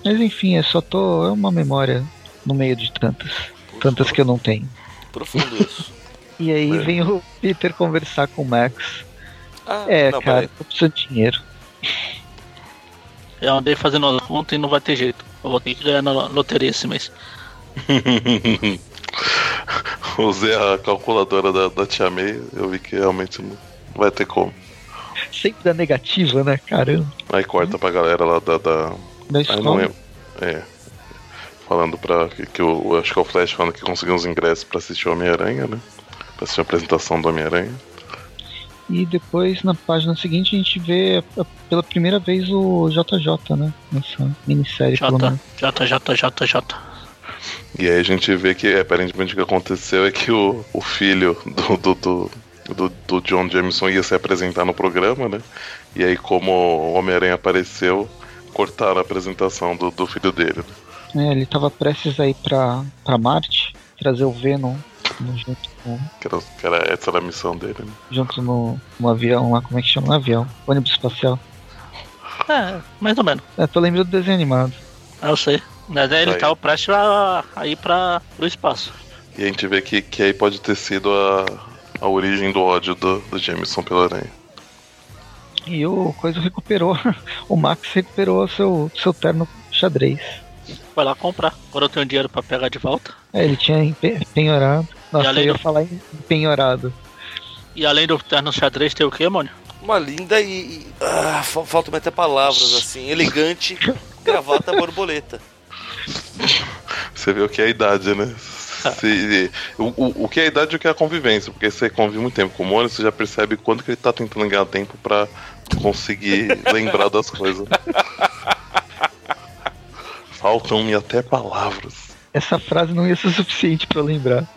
Speaker 3: Mas enfim, eu só tô. É uma memória no meio de tantas. Tantas que eu não tenho.
Speaker 5: Profundo isso.
Speaker 3: E aí
Speaker 4: É.
Speaker 3: vem o Peter conversar com o Max.
Speaker 5: Ah,
Speaker 3: É,
Speaker 5: não,
Speaker 3: cara,
Speaker 5: peraí.
Speaker 3: tô precisando de dinheiro.
Speaker 2: Eu andei fazendo as contas e não vai ter jeito. Eu vou ter que ganhar na lo- loteria esse mês.
Speaker 4: Usei a calculadora da, da Tia May, eu vi que realmente não vai ter como.
Speaker 3: Sempre da negativa, né? Caramba.
Speaker 4: Aí corta pra galera lá da.
Speaker 3: Da
Speaker 4: da... Aí não
Speaker 3: escola.
Speaker 4: lembro. É. Falando pra. Que, que o, acho que é o Flash falando que conseguiu uns ingressos pra assistir o Homem-Aranha, né? Pra assistir a apresentação do Homem-Aranha.
Speaker 3: E depois, na página seguinte, a gente vê a- pela primeira vez o JJ, né? Nessa minissérie, pelo
Speaker 2: Jota,
Speaker 3: menos.
Speaker 2: Jota, Jota, Jota, Jota.
Speaker 4: E aí a gente vê que aparentemente o que aconteceu é que o, o filho do, do, do, do- do John Jameson ia se apresentar no programa, né? E aí como o Homem-Aranha apareceu, cortaram a apresentação do, do filho dele. né?
Speaker 3: É, ele tava prestes aí pra, pra Marte, trazer o Venom no- junto, com-
Speaker 4: Que era, que era- essa era a missão dele, né?
Speaker 3: junto no, no avião lá, como é que chama? No avião, ônibus espacial.
Speaker 2: É, mais ou menos.
Speaker 3: É, tô lembrando do desenho animado.
Speaker 2: Ah, Eu sei. Mas aí ele
Speaker 4: Aí.
Speaker 2: tava prestes a, a ir pra, pro espaço.
Speaker 4: E a gente vê que, que aí pode ter sido a, a origem do ódio do, do Jameson pelo Aranha.
Speaker 3: E o Coisa recuperou, o Max recuperou seu, seu terno xadrez.
Speaker 2: Foi lá comprar. Agora eu tenho dinheiro pra pegar de volta.
Speaker 3: É, ele tinha empe- penhorado. Nossa,
Speaker 2: além
Speaker 3: eu ia
Speaker 2: do-
Speaker 3: falar em penhorado.
Speaker 2: E além do terno xadrez, tem o quê, mano?
Speaker 5: Uma linda e. e- Ah, fa- faltam até palavras assim. Elegante, gravata borboleta.
Speaker 4: Você vê o que é a idade, né? Se- o, o, o que é a idade e o que é a convivência, porque você convive muito tempo com o Mônio, você já percebe quando que ele tá tentando ganhar tempo pra conseguir lembrar das coisas. Faltam-me até palavras.
Speaker 3: Essa frase não ia ser suficiente pra eu lembrar.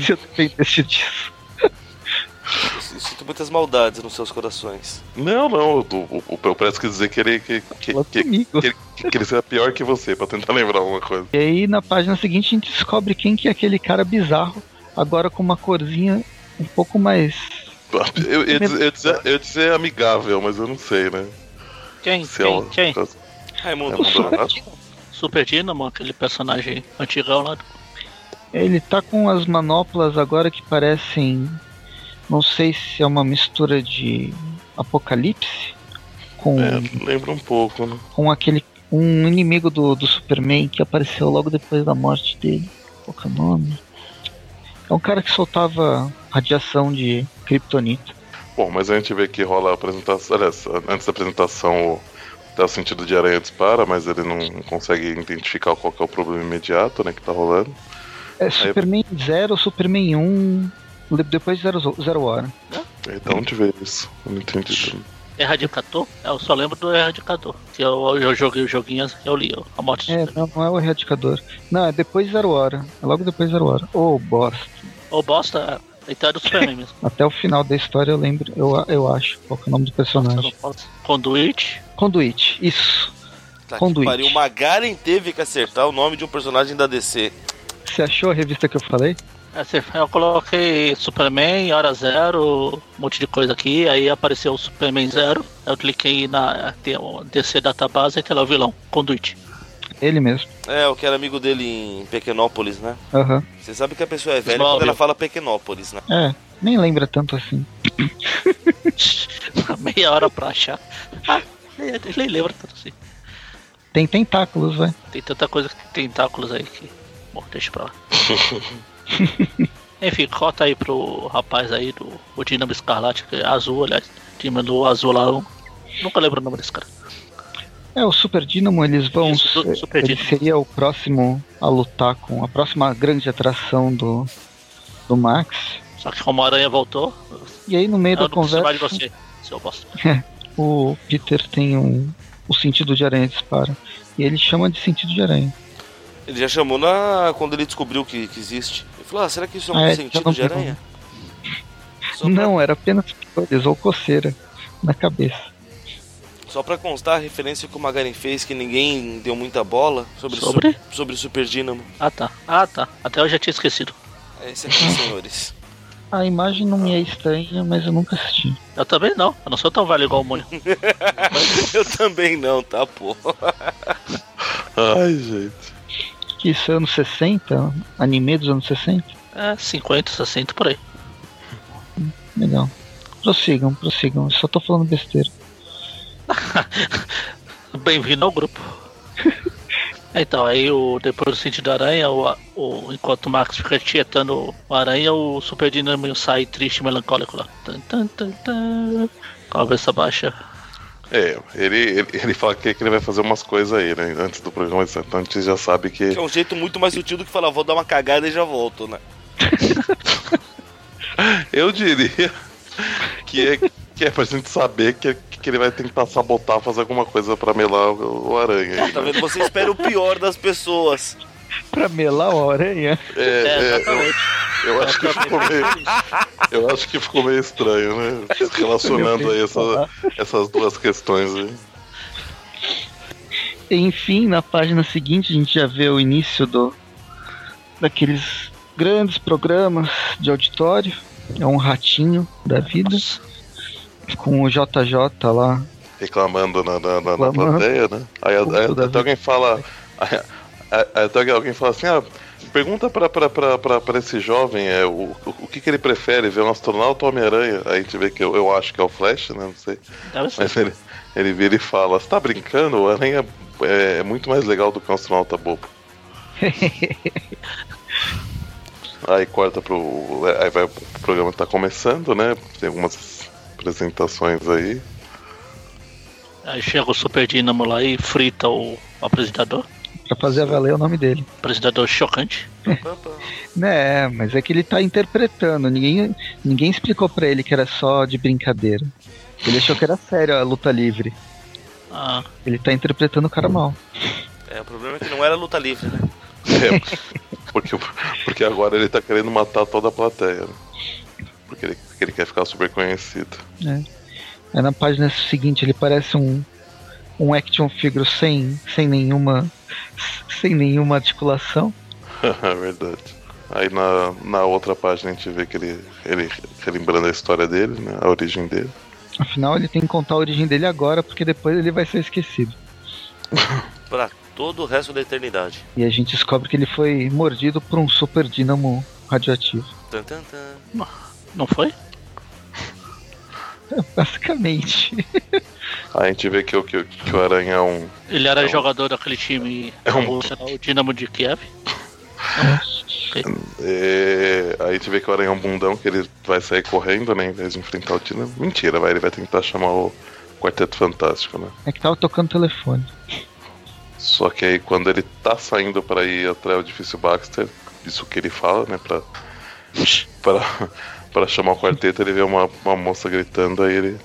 Speaker 3: Se eu dependesse disso.
Speaker 5: Eu sinto muitas maldades nos seus corações.
Speaker 4: Não, não, o, o, o, eu parece que dizer que ele, que, que,
Speaker 3: Fala
Speaker 4: que,
Speaker 3: comigo.
Speaker 4: que- que ele seja pior que você, pra tentar lembrar alguma coisa.
Speaker 3: E aí na página seguinte a gente descobre quem que é aquele cara bizarro, agora com uma corzinha um pouco mais.
Speaker 4: Eu, eu, ia dizer- eu, ia dizer- eu ia dizer amigável, mas eu não sei, né?
Speaker 2: Quem?
Speaker 4: Se é
Speaker 2: quem?
Speaker 4: ela-
Speaker 2: Quem?
Speaker 5: Raimundo,
Speaker 3: O
Speaker 4: Vamos lá.
Speaker 3: Super Dino.
Speaker 2: Super Dynamo, aquele personagem antigão lá.
Speaker 3: Ele tá com as manoplas agora que parecem Não sei se é uma mistura de Apocalipse com,
Speaker 4: É, lembra um pouco, né?
Speaker 3: com aquele. Um inimigo do, do Superman que apareceu logo depois da morte dele. Qual que é o nome? É um cara que soltava radiação de kryptonita.
Speaker 4: Bom, mas a gente vê que rola a apresentação. Aliás, antes da apresentação, o- até o sentido de aranha dispara, mas ele não consegue identificar qual que é o problema imediato, né? Que tá rolando.
Speaker 3: É Superman 0, Superman 1, le- depois 0 zero Hora.
Speaker 4: Então, onde veio isso? Eu não entendi. também.
Speaker 2: Erradicador? É, Eu só lembro do Erradicador. Que eu, eu joguei o joguinho, eu li ó, a morte
Speaker 3: É,
Speaker 2: do
Speaker 3: não, não é o erradicador. Não, é depois zero hora. É logo depois zero hora. Ô, bosta.
Speaker 2: Ô bosta, então é do Superman mesmo.
Speaker 3: Até o final da história eu lembro, eu, eu acho, qual que é o nome do
Speaker 2: Nossa, eu não
Speaker 3: personagem.
Speaker 2: posso. Tá Conduit.
Speaker 3: Conduit, isso.
Speaker 5: Tá que
Speaker 3: Conduit.
Speaker 5: pariu. O Magaren teve que acertar o nome de um personagem da DC.
Speaker 3: Você achou a revista que eu falei?
Speaker 2: Essa- Assim, Eu coloquei Superman, Hora Zero, um monte de coisa aqui, aí apareceu o Superman Zero, eu cliquei na tem o DC Database e tem lá o vilão, Conduit.
Speaker 3: Ele mesmo.
Speaker 5: É, o que era amigo dele em Pequenópolis, né?
Speaker 3: Aham.
Speaker 5: Você sabe que a pessoa é velha
Speaker 2: Smallville.
Speaker 5: quando ela fala Pequenópolis, né?
Speaker 3: É, nem lembra tanto assim.
Speaker 2: Meia hora pra achar. Ah, nem- nem lembro tanto assim.
Speaker 3: Tem tentáculos, vai.
Speaker 2: Tem tanta coisa que tem tentáculos aí que. Bom, deixa pra lá. Enfim, cota aí pro rapaz aí do o Dinamo Escarlate, que é azul, aliás. Time do azul lá. eu Nunca lembro o nome desse cara.
Speaker 3: É, o Super Dynamo, eles vão.
Speaker 2: Isso, su- Super
Speaker 3: ele
Speaker 2: Dynamo.
Speaker 3: seria o próximo a lutar com. A próxima grande atração do, do Max.
Speaker 2: Só que como a aranha voltou,
Speaker 3: E aí no meio
Speaker 2: É, eu não
Speaker 3: da
Speaker 2: preciso
Speaker 3: conversa.
Speaker 2: mais de você, seu bosta.
Speaker 3: o Peter tem um, o sentido de aranha dispara. E ele chama de sentido de aranha.
Speaker 5: Ele já chamou na quando ele descobriu que, que existe. Ele falou, ah, será que isso é um
Speaker 3: Ah, é, já
Speaker 5: sentido
Speaker 3: não
Speaker 5: de aranha? Só pra,
Speaker 3: Não, era apenas picores ou coceira na cabeça.
Speaker 5: só pra constar a referência que o Magaren fez, que ninguém deu muita bola sobre, o
Speaker 2: Sobre?
Speaker 5: su- sobre o Super Dynamo.
Speaker 2: Ah tá, ah tá. Até eu já tinha esquecido.
Speaker 5: É esse aqui, senhores.
Speaker 3: A imagem não me é estranha, mas eu nunca assisti.
Speaker 2: Eu também não, eu não sou tão velho igual o Mônio.
Speaker 5: Eu também não, tá, pô.
Speaker 4: Ai, gente.
Speaker 3: Que isso é anos 60? Anime dos anos 60?
Speaker 2: É, 50, 60 por aí.
Speaker 3: Legal. Prossigam, prossigam. Eu só tô falando besteira.
Speaker 2: Bem-vindo ao grupo. Então, aí o, depois do sentido da aranha, o, o- enquanto o Max fica tietando o aranha, o Super Dinâmico sai triste e melancólico lá. Tan, tan, tan, tan. Cabeça baixa.
Speaker 4: É, ele, ele, ele fala que, que ele vai fazer umas coisas aí, né? Antes do programa, então a gente já sabe que.
Speaker 5: Que é um jeito muito mais sutil do que falar, vou dar uma cagada e já volto, né?
Speaker 4: Eu diria que é, que é pra gente saber que, que ele vai tentar sabotar, fazer alguma coisa pra melar o, o aranha. aí,
Speaker 5: Tá
Speaker 4: né?
Speaker 5: vendo? Você espera o pior das pessoas.
Speaker 3: Pra melar a aranha?
Speaker 4: É,
Speaker 2: É,
Speaker 4: é, eu,
Speaker 2: exatamente.
Speaker 4: eu acho que ficou meio, eu acho que ficou meio estranho, né? Relacionando aí essa- essas duas questões. né? aí.
Speaker 3: Enfim, na página seguinte a gente já vê o início do daqueles grandes programas de auditório. É um ratinho da vida. com o JJ lá.
Speaker 4: reclamando na, na, na- na
Speaker 3: Reclamando.
Speaker 4: plateia, né? Aí,
Speaker 3: Puta
Speaker 4: aí-
Speaker 3: da
Speaker 4: até
Speaker 3: vida.
Speaker 4: alguém fala. Aí, aí até alguém fala assim, ah, pergunta pra, pra, pra, pra, pra esse jovem é, o, o, o que, que ele prefere, ver um astronauta ou Homem-Aranha? Aí a gente vê que eu, eu acho que é o Flash, né? Não sei.
Speaker 2: Deve ser.
Speaker 4: Mas ele, ele vira e fala, você tá brincando? O Aranha é, é muito mais legal do que um astronauta bobo. aí corta pro. Aí vai o programa que tá começando, né? Tem algumas apresentações aí.
Speaker 2: Aí chega o Super Dinamo lá e frita o apresentador.
Speaker 3: Pra fazer valer o nome dele.
Speaker 2: Apresentador chocante.
Speaker 3: Né, mas é que ele tá interpretando. Ninguém, ninguém explicou pra ele que era só de brincadeira. Ele achou que era sério a luta livre.
Speaker 2: Ah,
Speaker 3: Ele tá interpretando o cara mal.
Speaker 5: É, o problema é que não era luta livre, né?
Speaker 4: É, porque, porque agora ele tá querendo matar toda a plateia. né? Porque ele, porque ele quer ficar super conhecido.
Speaker 3: Aí É na página seguinte ele parece um, um action figure sem, sem nenhuma. sem nenhuma articulação.
Speaker 4: É verdade. Aí na, na outra página a gente vê que ele, ele relembrando a história dele, né? A origem dele.
Speaker 3: Afinal, ele tem que contar a origem dele agora, porque depois ele vai ser esquecido.
Speaker 5: Pra todo o resto da eternidade.
Speaker 3: E a gente descobre que ele foi mordido por um super dínamo radioativo.
Speaker 5: Tan, tan, tan.
Speaker 2: não foi?
Speaker 3: basicamente.
Speaker 4: Aí a gente vê que, o- que, o- que o Aranha é um.
Speaker 2: Ele era
Speaker 4: É um-
Speaker 2: jogador daquele time
Speaker 4: É um-
Speaker 2: russo, o Dinamo de Kiev.
Speaker 4: é, Aí a gente vê que o Aranha é um bundão, que ele vai sair correndo, né? Em vez de enfrentar o Tina. Mentira, vai, ele vai tentar chamar o Quarteto Fantástico, né?
Speaker 3: É que tava tocando o telefone.
Speaker 4: Só que aí quando ele tá saindo pra ir atrás do difícil Baxter, isso que ele fala, né, pra, pra, pra chamar o quarteto, ele vê uma, uma moça gritando, aí ele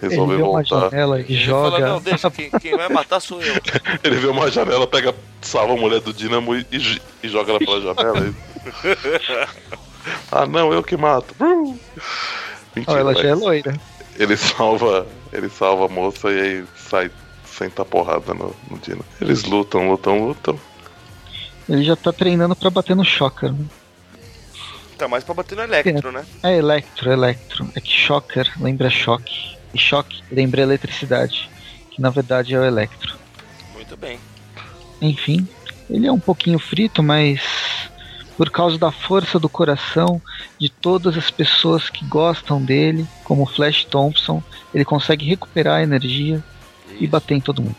Speaker 4: resolve
Speaker 3: ele vê uma
Speaker 4: voltar.
Speaker 3: janela e
Speaker 5: Ele
Speaker 3: joga.
Speaker 5: fala, não, deixa, quem, quem vai matar sou eu.
Speaker 4: Ele vê uma janela, pega, salva a mulher do Dinamo e, e j- e joga ela pela janela. e- ah não, eu que mato. Brum!
Speaker 3: Ó,
Speaker 4: Mentira,
Speaker 3: ela
Speaker 4: mas
Speaker 3: já é loira.
Speaker 4: ele salva. Ele salva a moça e aí sai senta a porrada no, no Dino. Eles lutam, lutam, lutam.
Speaker 3: Ele já tá treinando pra bater no Shocker. Né?
Speaker 5: Tá mais pra bater no Electro, né?
Speaker 3: É Electro, Electro. É que Shocker lembra choque. E choque lembra eletricidade. Que na verdade é o Electro.
Speaker 5: Muito bem.
Speaker 3: Enfim, ele é um pouquinho frito, mas por causa da força do coração de todas as pessoas que gostam dele, como o Flash Thompson, ele consegue recuperar a energia e bater em todo mundo.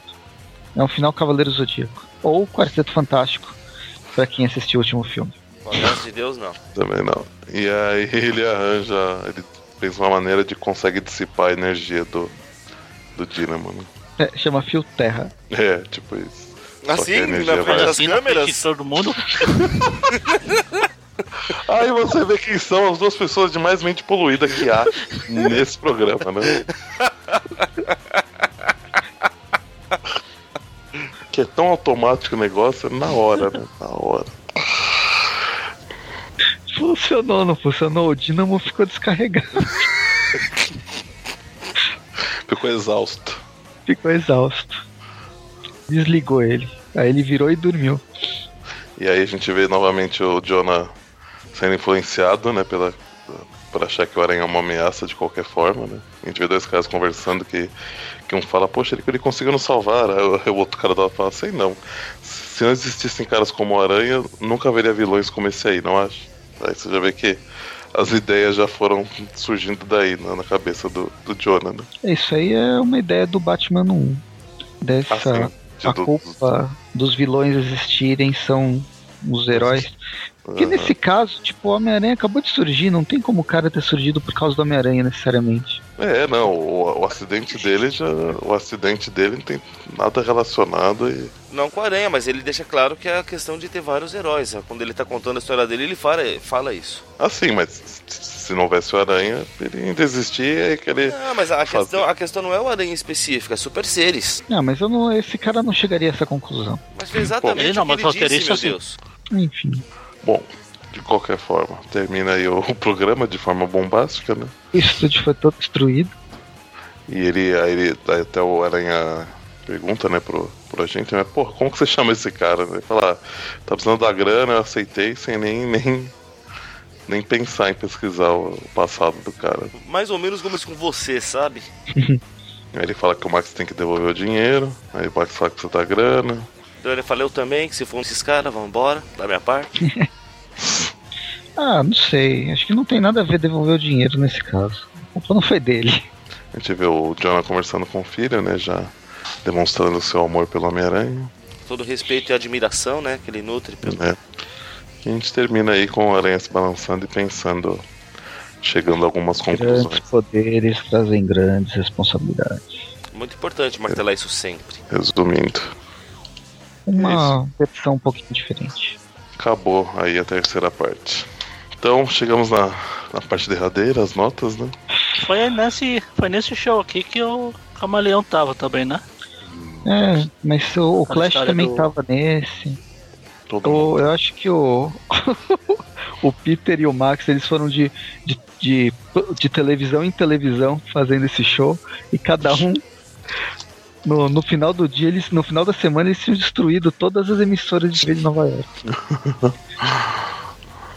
Speaker 3: É um final Cavaleiro Zodíaco. Ou Quarteto Fantástico, pra quem assistiu o último filme.
Speaker 5: Com a graça de Deus, não.
Speaker 4: Também não. E aí ele arranja. Ele fez uma maneira de consegue dissipar a energia do, do Dynamo, né?
Speaker 3: É, chama Fio Terra.
Speaker 4: É, tipo isso. Só que a
Speaker 5: Assim,
Speaker 4: energia
Speaker 5: na
Speaker 4: vai-
Speaker 5: frente das
Speaker 2: Assim, na frente de
Speaker 5: câmeras.
Speaker 2: todo mundo.
Speaker 4: Aí você vê quem são as duas pessoas de mais mente poluída que há nesse programa, né? Que é tão automático o negócio, na hora, né? Na hora.
Speaker 3: Funcionou, não funcionou? O Dinamo ficou descarregado,
Speaker 4: Ficou exausto.
Speaker 3: ficou exausto. Desligou ele. Aí ele virou e dormiu.
Speaker 4: E aí a gente vê novamente o Jonah sendo influenciado, né, pela por achar que o Aranha é uma ameaça de qualquer forma, né? A gente vê dois caras conversando que, que um fala, poxa, ele, ele conseguiu nos salvar. Aí o- o outro cara dela fala, sei não. Se não existissem caras como o Aranha, nunca haveria vilões como esse aí, não acha? Aí você já vê que as ideias já foram surgindo daí, né, na, na cabeça do, do Jonah, né?
Speaker 3: Isso aí é uma ideia do Batman 1.
Speaker 4: Assim,
Speaker 3: Dessa
Speaker 4: de
Speaker 3: a
Speaker 4: do-
Speaker 3: culpa dos vilões existirem são os heróis. Porque
Speaker 4: Aham.
Speaker 3: nesse caso, tipo, o Homem-Aranha acabou de surgir, não tem como o cara ter surgido por causa do Homem-Aranha necessariamente.
Speaker 4: É, não, o, o acidente dele já. O acidente dele não tem nada relacionado e.
Speaker 5: Não com a aranha, mas ele deixa claro que é a questão de ter vários heróis. Quando ele tá contando a história dele, ele fala, eh, fala isso.
Speaker 4: Assim, mas se não houvesse o Aranha, ele ainda existia e que ele.
Speaker 5: Não, Ah, mas a
Speaker 4: Fazer.
Speaker 5: questão, a questão não é o aranha específica, é super seres.
Speaker 3: Não, Ah, mas eu não, esse cara não chegaria a essa conclusão.
Speaker 5: Mas foi exatamente
Speaker 2: Ele não,
Speaker 5: o que
Speaker 2: mas
Speaker 5: ele disse,
Speaker 2: roteirista,
Speaker 5: meu
Speaker 2: sim.
Speaker 5: Deus.
Speaker 3: Enfim.
Speaker 4: Bom, de qualquer forma, termina aí o, o programa de forma bombástica, né?
Speaker 3: O estúdio foi todo destruído.
Speaker 4: E ele, aí ele aí até o Aranha pergunta, né, pro, pro agente, né? Porra, como que você chama esse cara? Ele fala, "Ah, tá precisando da grana, eu aceitei sem nem. nem nem pensar em pesquisar o o passado do cara.
Speaker 5: Mais ou menos como isso com você, sabe?
Speaker 4: Aí ele fala que o Max tem que devolver o dinheiro. Aí o Max fala que você dá grana.
Speaker 5: Então ele fala, eu também, que se for esses caras, vambora, da minha parte.
Speaker 3: Ah, não sei. Acho que não tem nada a ver devolver o dinheiro nesse caso. A culpa não foi dele.
Speaker 4: A gente vê o Jonah conversando com o filho, né? Já demonstrando o seu amor pelo Homem-Aranha,
Speaker 5: Todo respeito e admiração, né? Que ele nutre pelo.
Speaker 4: né? E a gente termina aí com o Aranha se balançando e pensando, chegando a algumas
Speaker 2: É
Speaker 3: Grandes
Speaker 4: conclusões.
Speaker 3: poderes trazem grandes responsabilidades.
Speaker 5: Muito importante martelar isso sempre.
Speaker 4: Resumindo,
Speaker 3: É Uma versão um pouquinho diferente.
Speaker 4: acabou aí a terceira parte. Então chegamos na, na parte derradeira, as notas, né?
Speaker 2: Foi nesse, foi nesse show aqui que o Camaleão tava também, né?
Speaker 3: É, mas o, o
Speaker 2: A
Speaker 3: Clash
Speaker 2: história
Speaker 3: também
Speaker 2: do-
Speaker 3: tava nesse.
Speaker 4: Todo mundo.
Speaker 3: O- eu acho que o. o Peter e o Max, eles foram de, de, de, de televisão em televisão fazendo esse show. E cada um. No, no final do dia, eles, no final da semana, eles tinham destruído todas as emissoras de TV de Nova York.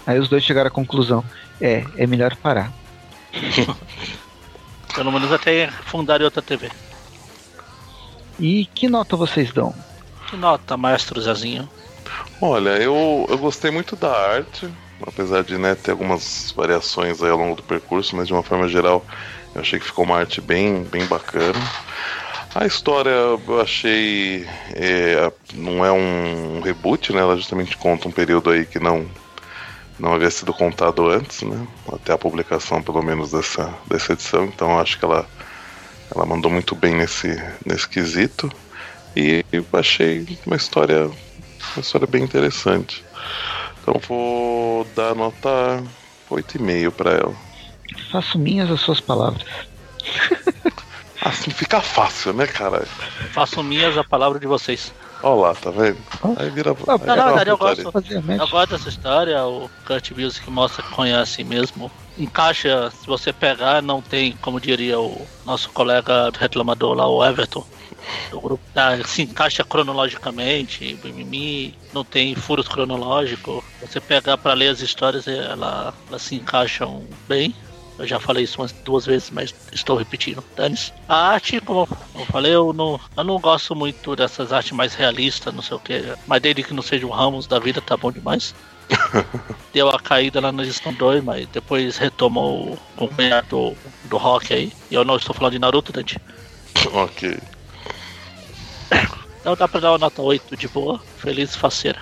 Speaker 3: Aí os dois chegaram à conclusão: é, é melhor parar.
Speaker 2: Pelo menos até fundarem outra TV.
Speaker 3: E que nota vocês dão?
Speaker 2: Que nota, maestro Zezinho.
Speaker 4: Olha, eu, eu gostei muito da arte, apesar de né, ter algumas variações aí ao longo do percurso, mas de uma forma geral Eu achei que ficou uma arte bem, bem bacana. A história eu achei. é, não é um reboot, né? Ela justamente conta um período aí que não, não havia sido contado antes, né? Até a publicação, pelo menos, dessa, dessa edição. Então eu acho que ela, ela mandou muito bem nesse, nesse quesito. E eu achei uma história, uma história bem interessante. Então vou dar nota 8,5 para ela.
Speaker 3: Faço minhas as suas palavras.
Speaker 4: Assim fica fácil, né, cara?
Speaker 2: Faço minhas a palavra de vocês.
Speaker 4: Olha lá, tá vendo? Aí vira.
Speaker 3: Ah,
Speaker 2: Não,
Speaker 4: aí vira
Speaker 2: não,
Speaker 4: uma
Speaker 2: cara, eu
Speaker 4: putaria.
Speaker 2: gosto,
Speaker 3: Fazer a média.
Speaker 2: eu gosto dessa história. O Kurt Music mostra que conhece mesmo. Encaixa, se você pegar, não tem, como diria o nosso colega reclamador lá, o Everton. do grupo, tá, se encaixa cronologicamente, mimimi, não tem furos cronológicos. Você pegar pra ler as histórias, ela- elas se encaixam bem. Eu já falei isso umas duas vezes, mas estou repetindo. Dane-se. A arte, como eu falei, eu não, eu não gosto muito dessas artes mais realistas, não sei o que. Mas desde que não seja o Ramos da vida, tá bom demais. Deu a caída lá na edição 2, mas depois retomou o companheiro do, do rock aí. E eu não estou falando de Naruto, Dante.
Speaker 4: Ok.
Speaker 2: Então dá pra dar uma nota 8 de boa. Feliz faceira.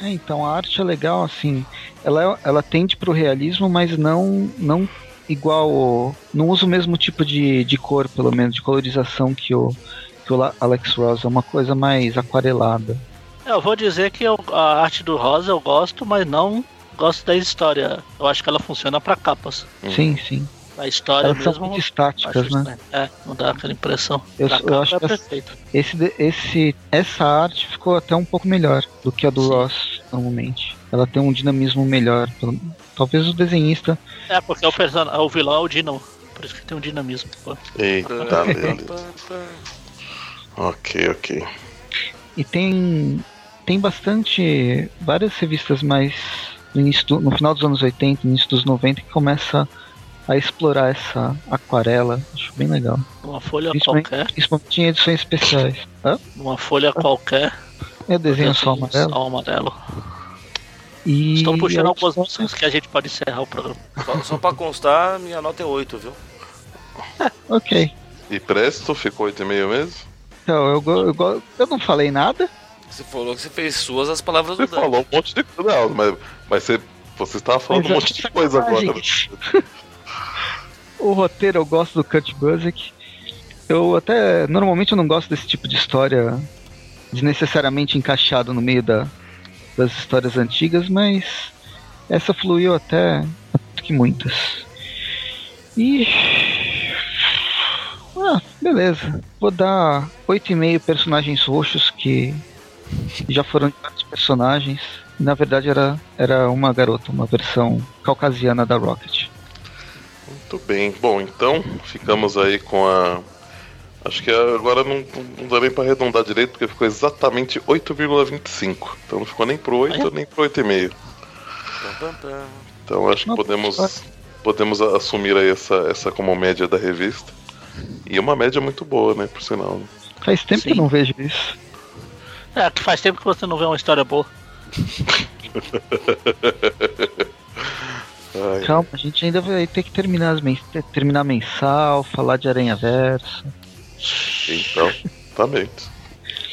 Speaker 3: É, então a arte é legal, assim. Ela, ela tende pro realismo, mas não não igual. o- Não usa o mesmo tipo de, de cor, pelo menos, de colorização que o, que o La- Alex Ross. É uma coisa mais aquarelada.
Speaker 2: Eu vou dizer que eu- a arte do Rosa eu gosto, mas não gosto da história. Eu acho que ela funciona pra capas.
Speaker 4: Uhum.
Speaker 3: Sim, sim.
Speaker 2: A história
Speaker 3: Elas são
Speaker 2: mesmo.
Speaker 3: muito
Speaker 2: eu
Speaker 3: estáticas,
Speaker 2: acho
Speaker 3: né?
Speaker 2: estranho. É, não dá aquela impressão.
Speaker 3: Eu,
Speaker 2: Pra
Speaker 3: eu
Speaker 2: capa
Speaker 3: acho
Speaker 2: é
Speaker 3: que essa,
Speaker 2: perfeito.
Speaker 3: esse, de- esse, essa arte ficou até um pouco melhor do que a do
Speaker 2: Sim.
Speaker 3: Ross, normalmente. Ela tem um dinamismo melhor. pelo- Talvez o desenhista
Speaker 2: É, porque o, person... o vilão é o Dino. Por isso que tem um dinamismo. pô.
Speaker 4: Eita, beleza. Ok, ok.
Speaker 3: E tem tem bastante várias revistas mais no, início do- no final dos anos 80, início dos 90 que começa a explorar essa aquarela, acho bem legal.
Speaker 2: Uma folha
Speaker 3: Principalmente-
Speaker 2: qualquer.
Speaker 3: Principalmente em edições especiais. Hã?
Speaker 2: Uma folha qualquer.
Speaker 3: É desenho só
Speaker 2: assim,
Speaker 3: amarelo.
Speaker 2: Só amarelo.
Speaker 3: E é
Speaker 2: Estão puxando
Speaker 3: a
Speaker 2: algumas
Speaker 3: edição-
Speaker 2: músicas que a gente pode encerrar o programa.
Speaker 5: Só, só pra constar, minha nota é 8, viu?
Speaker 3: Ok.
Speaker 4: E Presto ficou 8,5 mesmo?
Speaker 3: Então, eu, go- eu, go- eu não falei nada.
Speaker 5: Você falou que você fez suas as palavras
Speaker 4: Você
Speaker 5: do Dan.
Speaker 4: falou um monte de coisa, não, mas, mas você, você estava falando
Speaker 3: Mas
Speaker 4: um
Speaker 3: eu
Speaker 4: monte
Speaker 3: acho
Speaker 4: de coisa agora.
Speaker 3: sacanagem. O roteiro eu gosto do Kurt Busiek. Eu até. Normalmente eu não gosto desse tipo de história desnecessariamente encaixado no meio da- das histórias antigas, mas essa fluiu até que muitas. E. Ah, beleza. Vou dar 8,5 personagens roxos que já foram de vários personagens. Na verdade era, era uma garota, uma versão caucasiana da Rocket.
Speaker 4: Muito bem. Bom, então ficamos aí com a. Acho que agora não, não dá nem pra arredondar direito, porque ficou exatamente 8,25. Então não ficou nem pro 8, nem pro 8,5.
Speaker 5: Pam, pam, pam.
Speaker 4: Então acho que
Speaker 3: Nossa,
Speaker 4: podemos, podemos a- assumir aí essa, essa como média da revista. E uma média muito boa, né? Por sinal. né?
Speaker 3: Faz tempo que
Speaker 2: Sim.
Speaker 3: eu não vejo isso.
Speaker 2: É, que faz tempo que você não vê uma história boa.
Speaker 4: Ai,
Speaker 3: Calma, a gente ainda vai ter que terminar, as men terminar mensal, falar de Aranha Verso.
Speaker 4: então, exatamente.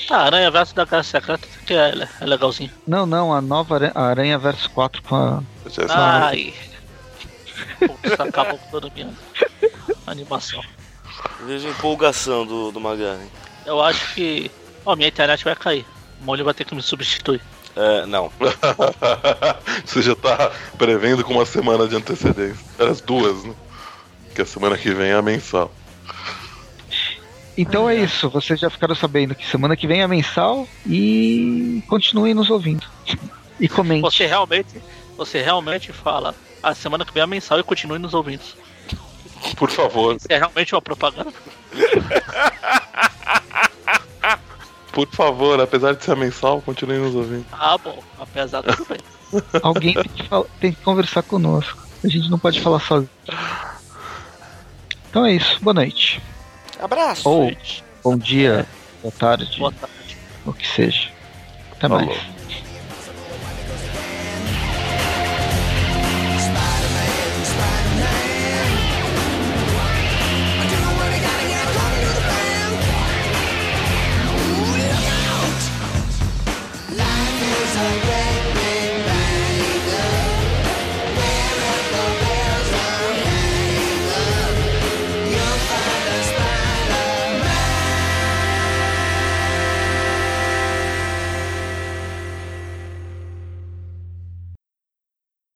Speaker 2: Ah, Aranha Verso da Guerra Secreta que é, é legalzinho.
Speaker 3: Não, não, a nova Aranha, a Aranha Verso 4 com a.
Speaker 4: Já está-
Speaker 2: Ai. Putz, acabou com toda a minha animação.
Speaker 5: Veja a empolgação do, do Magari.
Speaker 2: Eu acho que. Ó, minha internet vai cair. O Molho vai ter que me substituir.
Speaker 5: É, não.
Speaker 4: Você já tá prevendo com uma semana de antecedência. As duas, né? Que a semana que vem é a mensal.
Speaker 3: Então é isso, vocês já ficaram sabendo que semana que vem é mensal e continuem nos ouvindo. E comentem.
Speaker 2: Você realmente. Você realmente fala. A semana que vem é mensal e continue nos ouvindo.
Speaker 4: Por favor,
Speaker 2: Isso é realmente uma propaganda.
Speaker 4: por favor, apesar de ser a mensal, continue nos ouvindo.
Speaker 2: Ah, bom. Apesar de tudo bem.
Speaker 3: Alguém tem que, fal- tem que conversar conosco. A gente não pode falar sozinho. Então é isso, boa noite.
Speaker 5: Abraço!
Speaker 3: Ou bom dia, boa tarde,
Speaker 2: Boa tarde.
Speaker 3: o que seja. Até
Speaker 4: Falou.
Speaker 3: mais.
Speaker 1: Spider-Man, Spider-Man.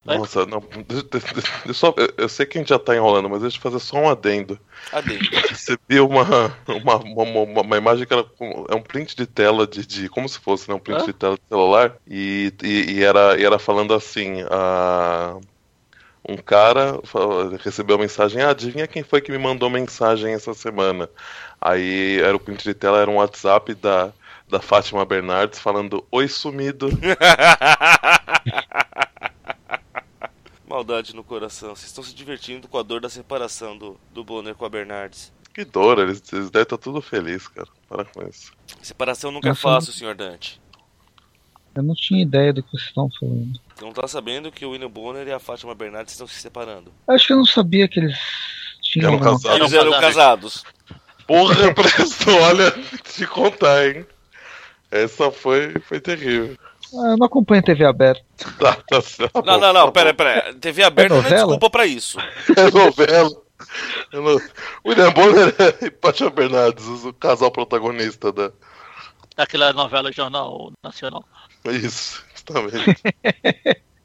Speaker 2: Vai.
Speaker 4: Nossa, não. deixa- deixa- deixa- deixa só- eu- eu sei que a gente já tá enrolando, mas deixa eu fazer só um adendo.
Speaker 5: Adendo.
Speaker 4: Recebi uma, uma, uma, uma- uma imagem que era com- é um print de tela de, de- como se fosse, né? Um print
Speaker 2: Hã?
Speaker 4: de tela de celular. E, e, e era, e era falando assim, a- um cara fa- recebeu a mensagem, ah, adivinha quem foi que me mandou mensagem essa semana? Aí era o print de tela, era um WhatsApp da, da Fátima Bernardes falando, oi sumido.
Speaker 5: Maldade no coração. Vocês estão se divertindo com a dor da separação do, do Bonner com a Bernardes.
Speaker 4: Que dor, eles, eles devem estar tudo feliz, cara. Para com isso.
Speaker 5: Separação nunca é
Speaker 3: Nossa.
Speaker 5: fácil, senhor Dante.
Speaker 3: Eu não tinha ideia do que vocês estão falando.
Speaker 5: Não tá sabendo que o William Bonner e a Fátima Bernardes estão se separando.
Speaker 3: Acho que eu não sabia que eles tinham.
Speaker 4: Eram
Speaker 3: alguma-
Speaker 4: casados.
Speaker 5: Eles é- eram casados.
Speaker 4: um Porra, presto, olha, te contar, hein? Essa foi, foi terrível.
Speaker 3: Ah, eu não acompanho TV aberta.
Speaker 4: Tá, tá, certo.
Speaker 5: Não, não, não, pera, pera. TV aberta não é
Speaker 3: novela?
Speaker 5: desculpa pra isso.
Speaker 4: É novela. É no... William Bonner e Paixão Bernardes, o casal protagonista da. É
Speaker 2: Daquela novela Jornal Nacional.
Speaker 4: Isso, justamente.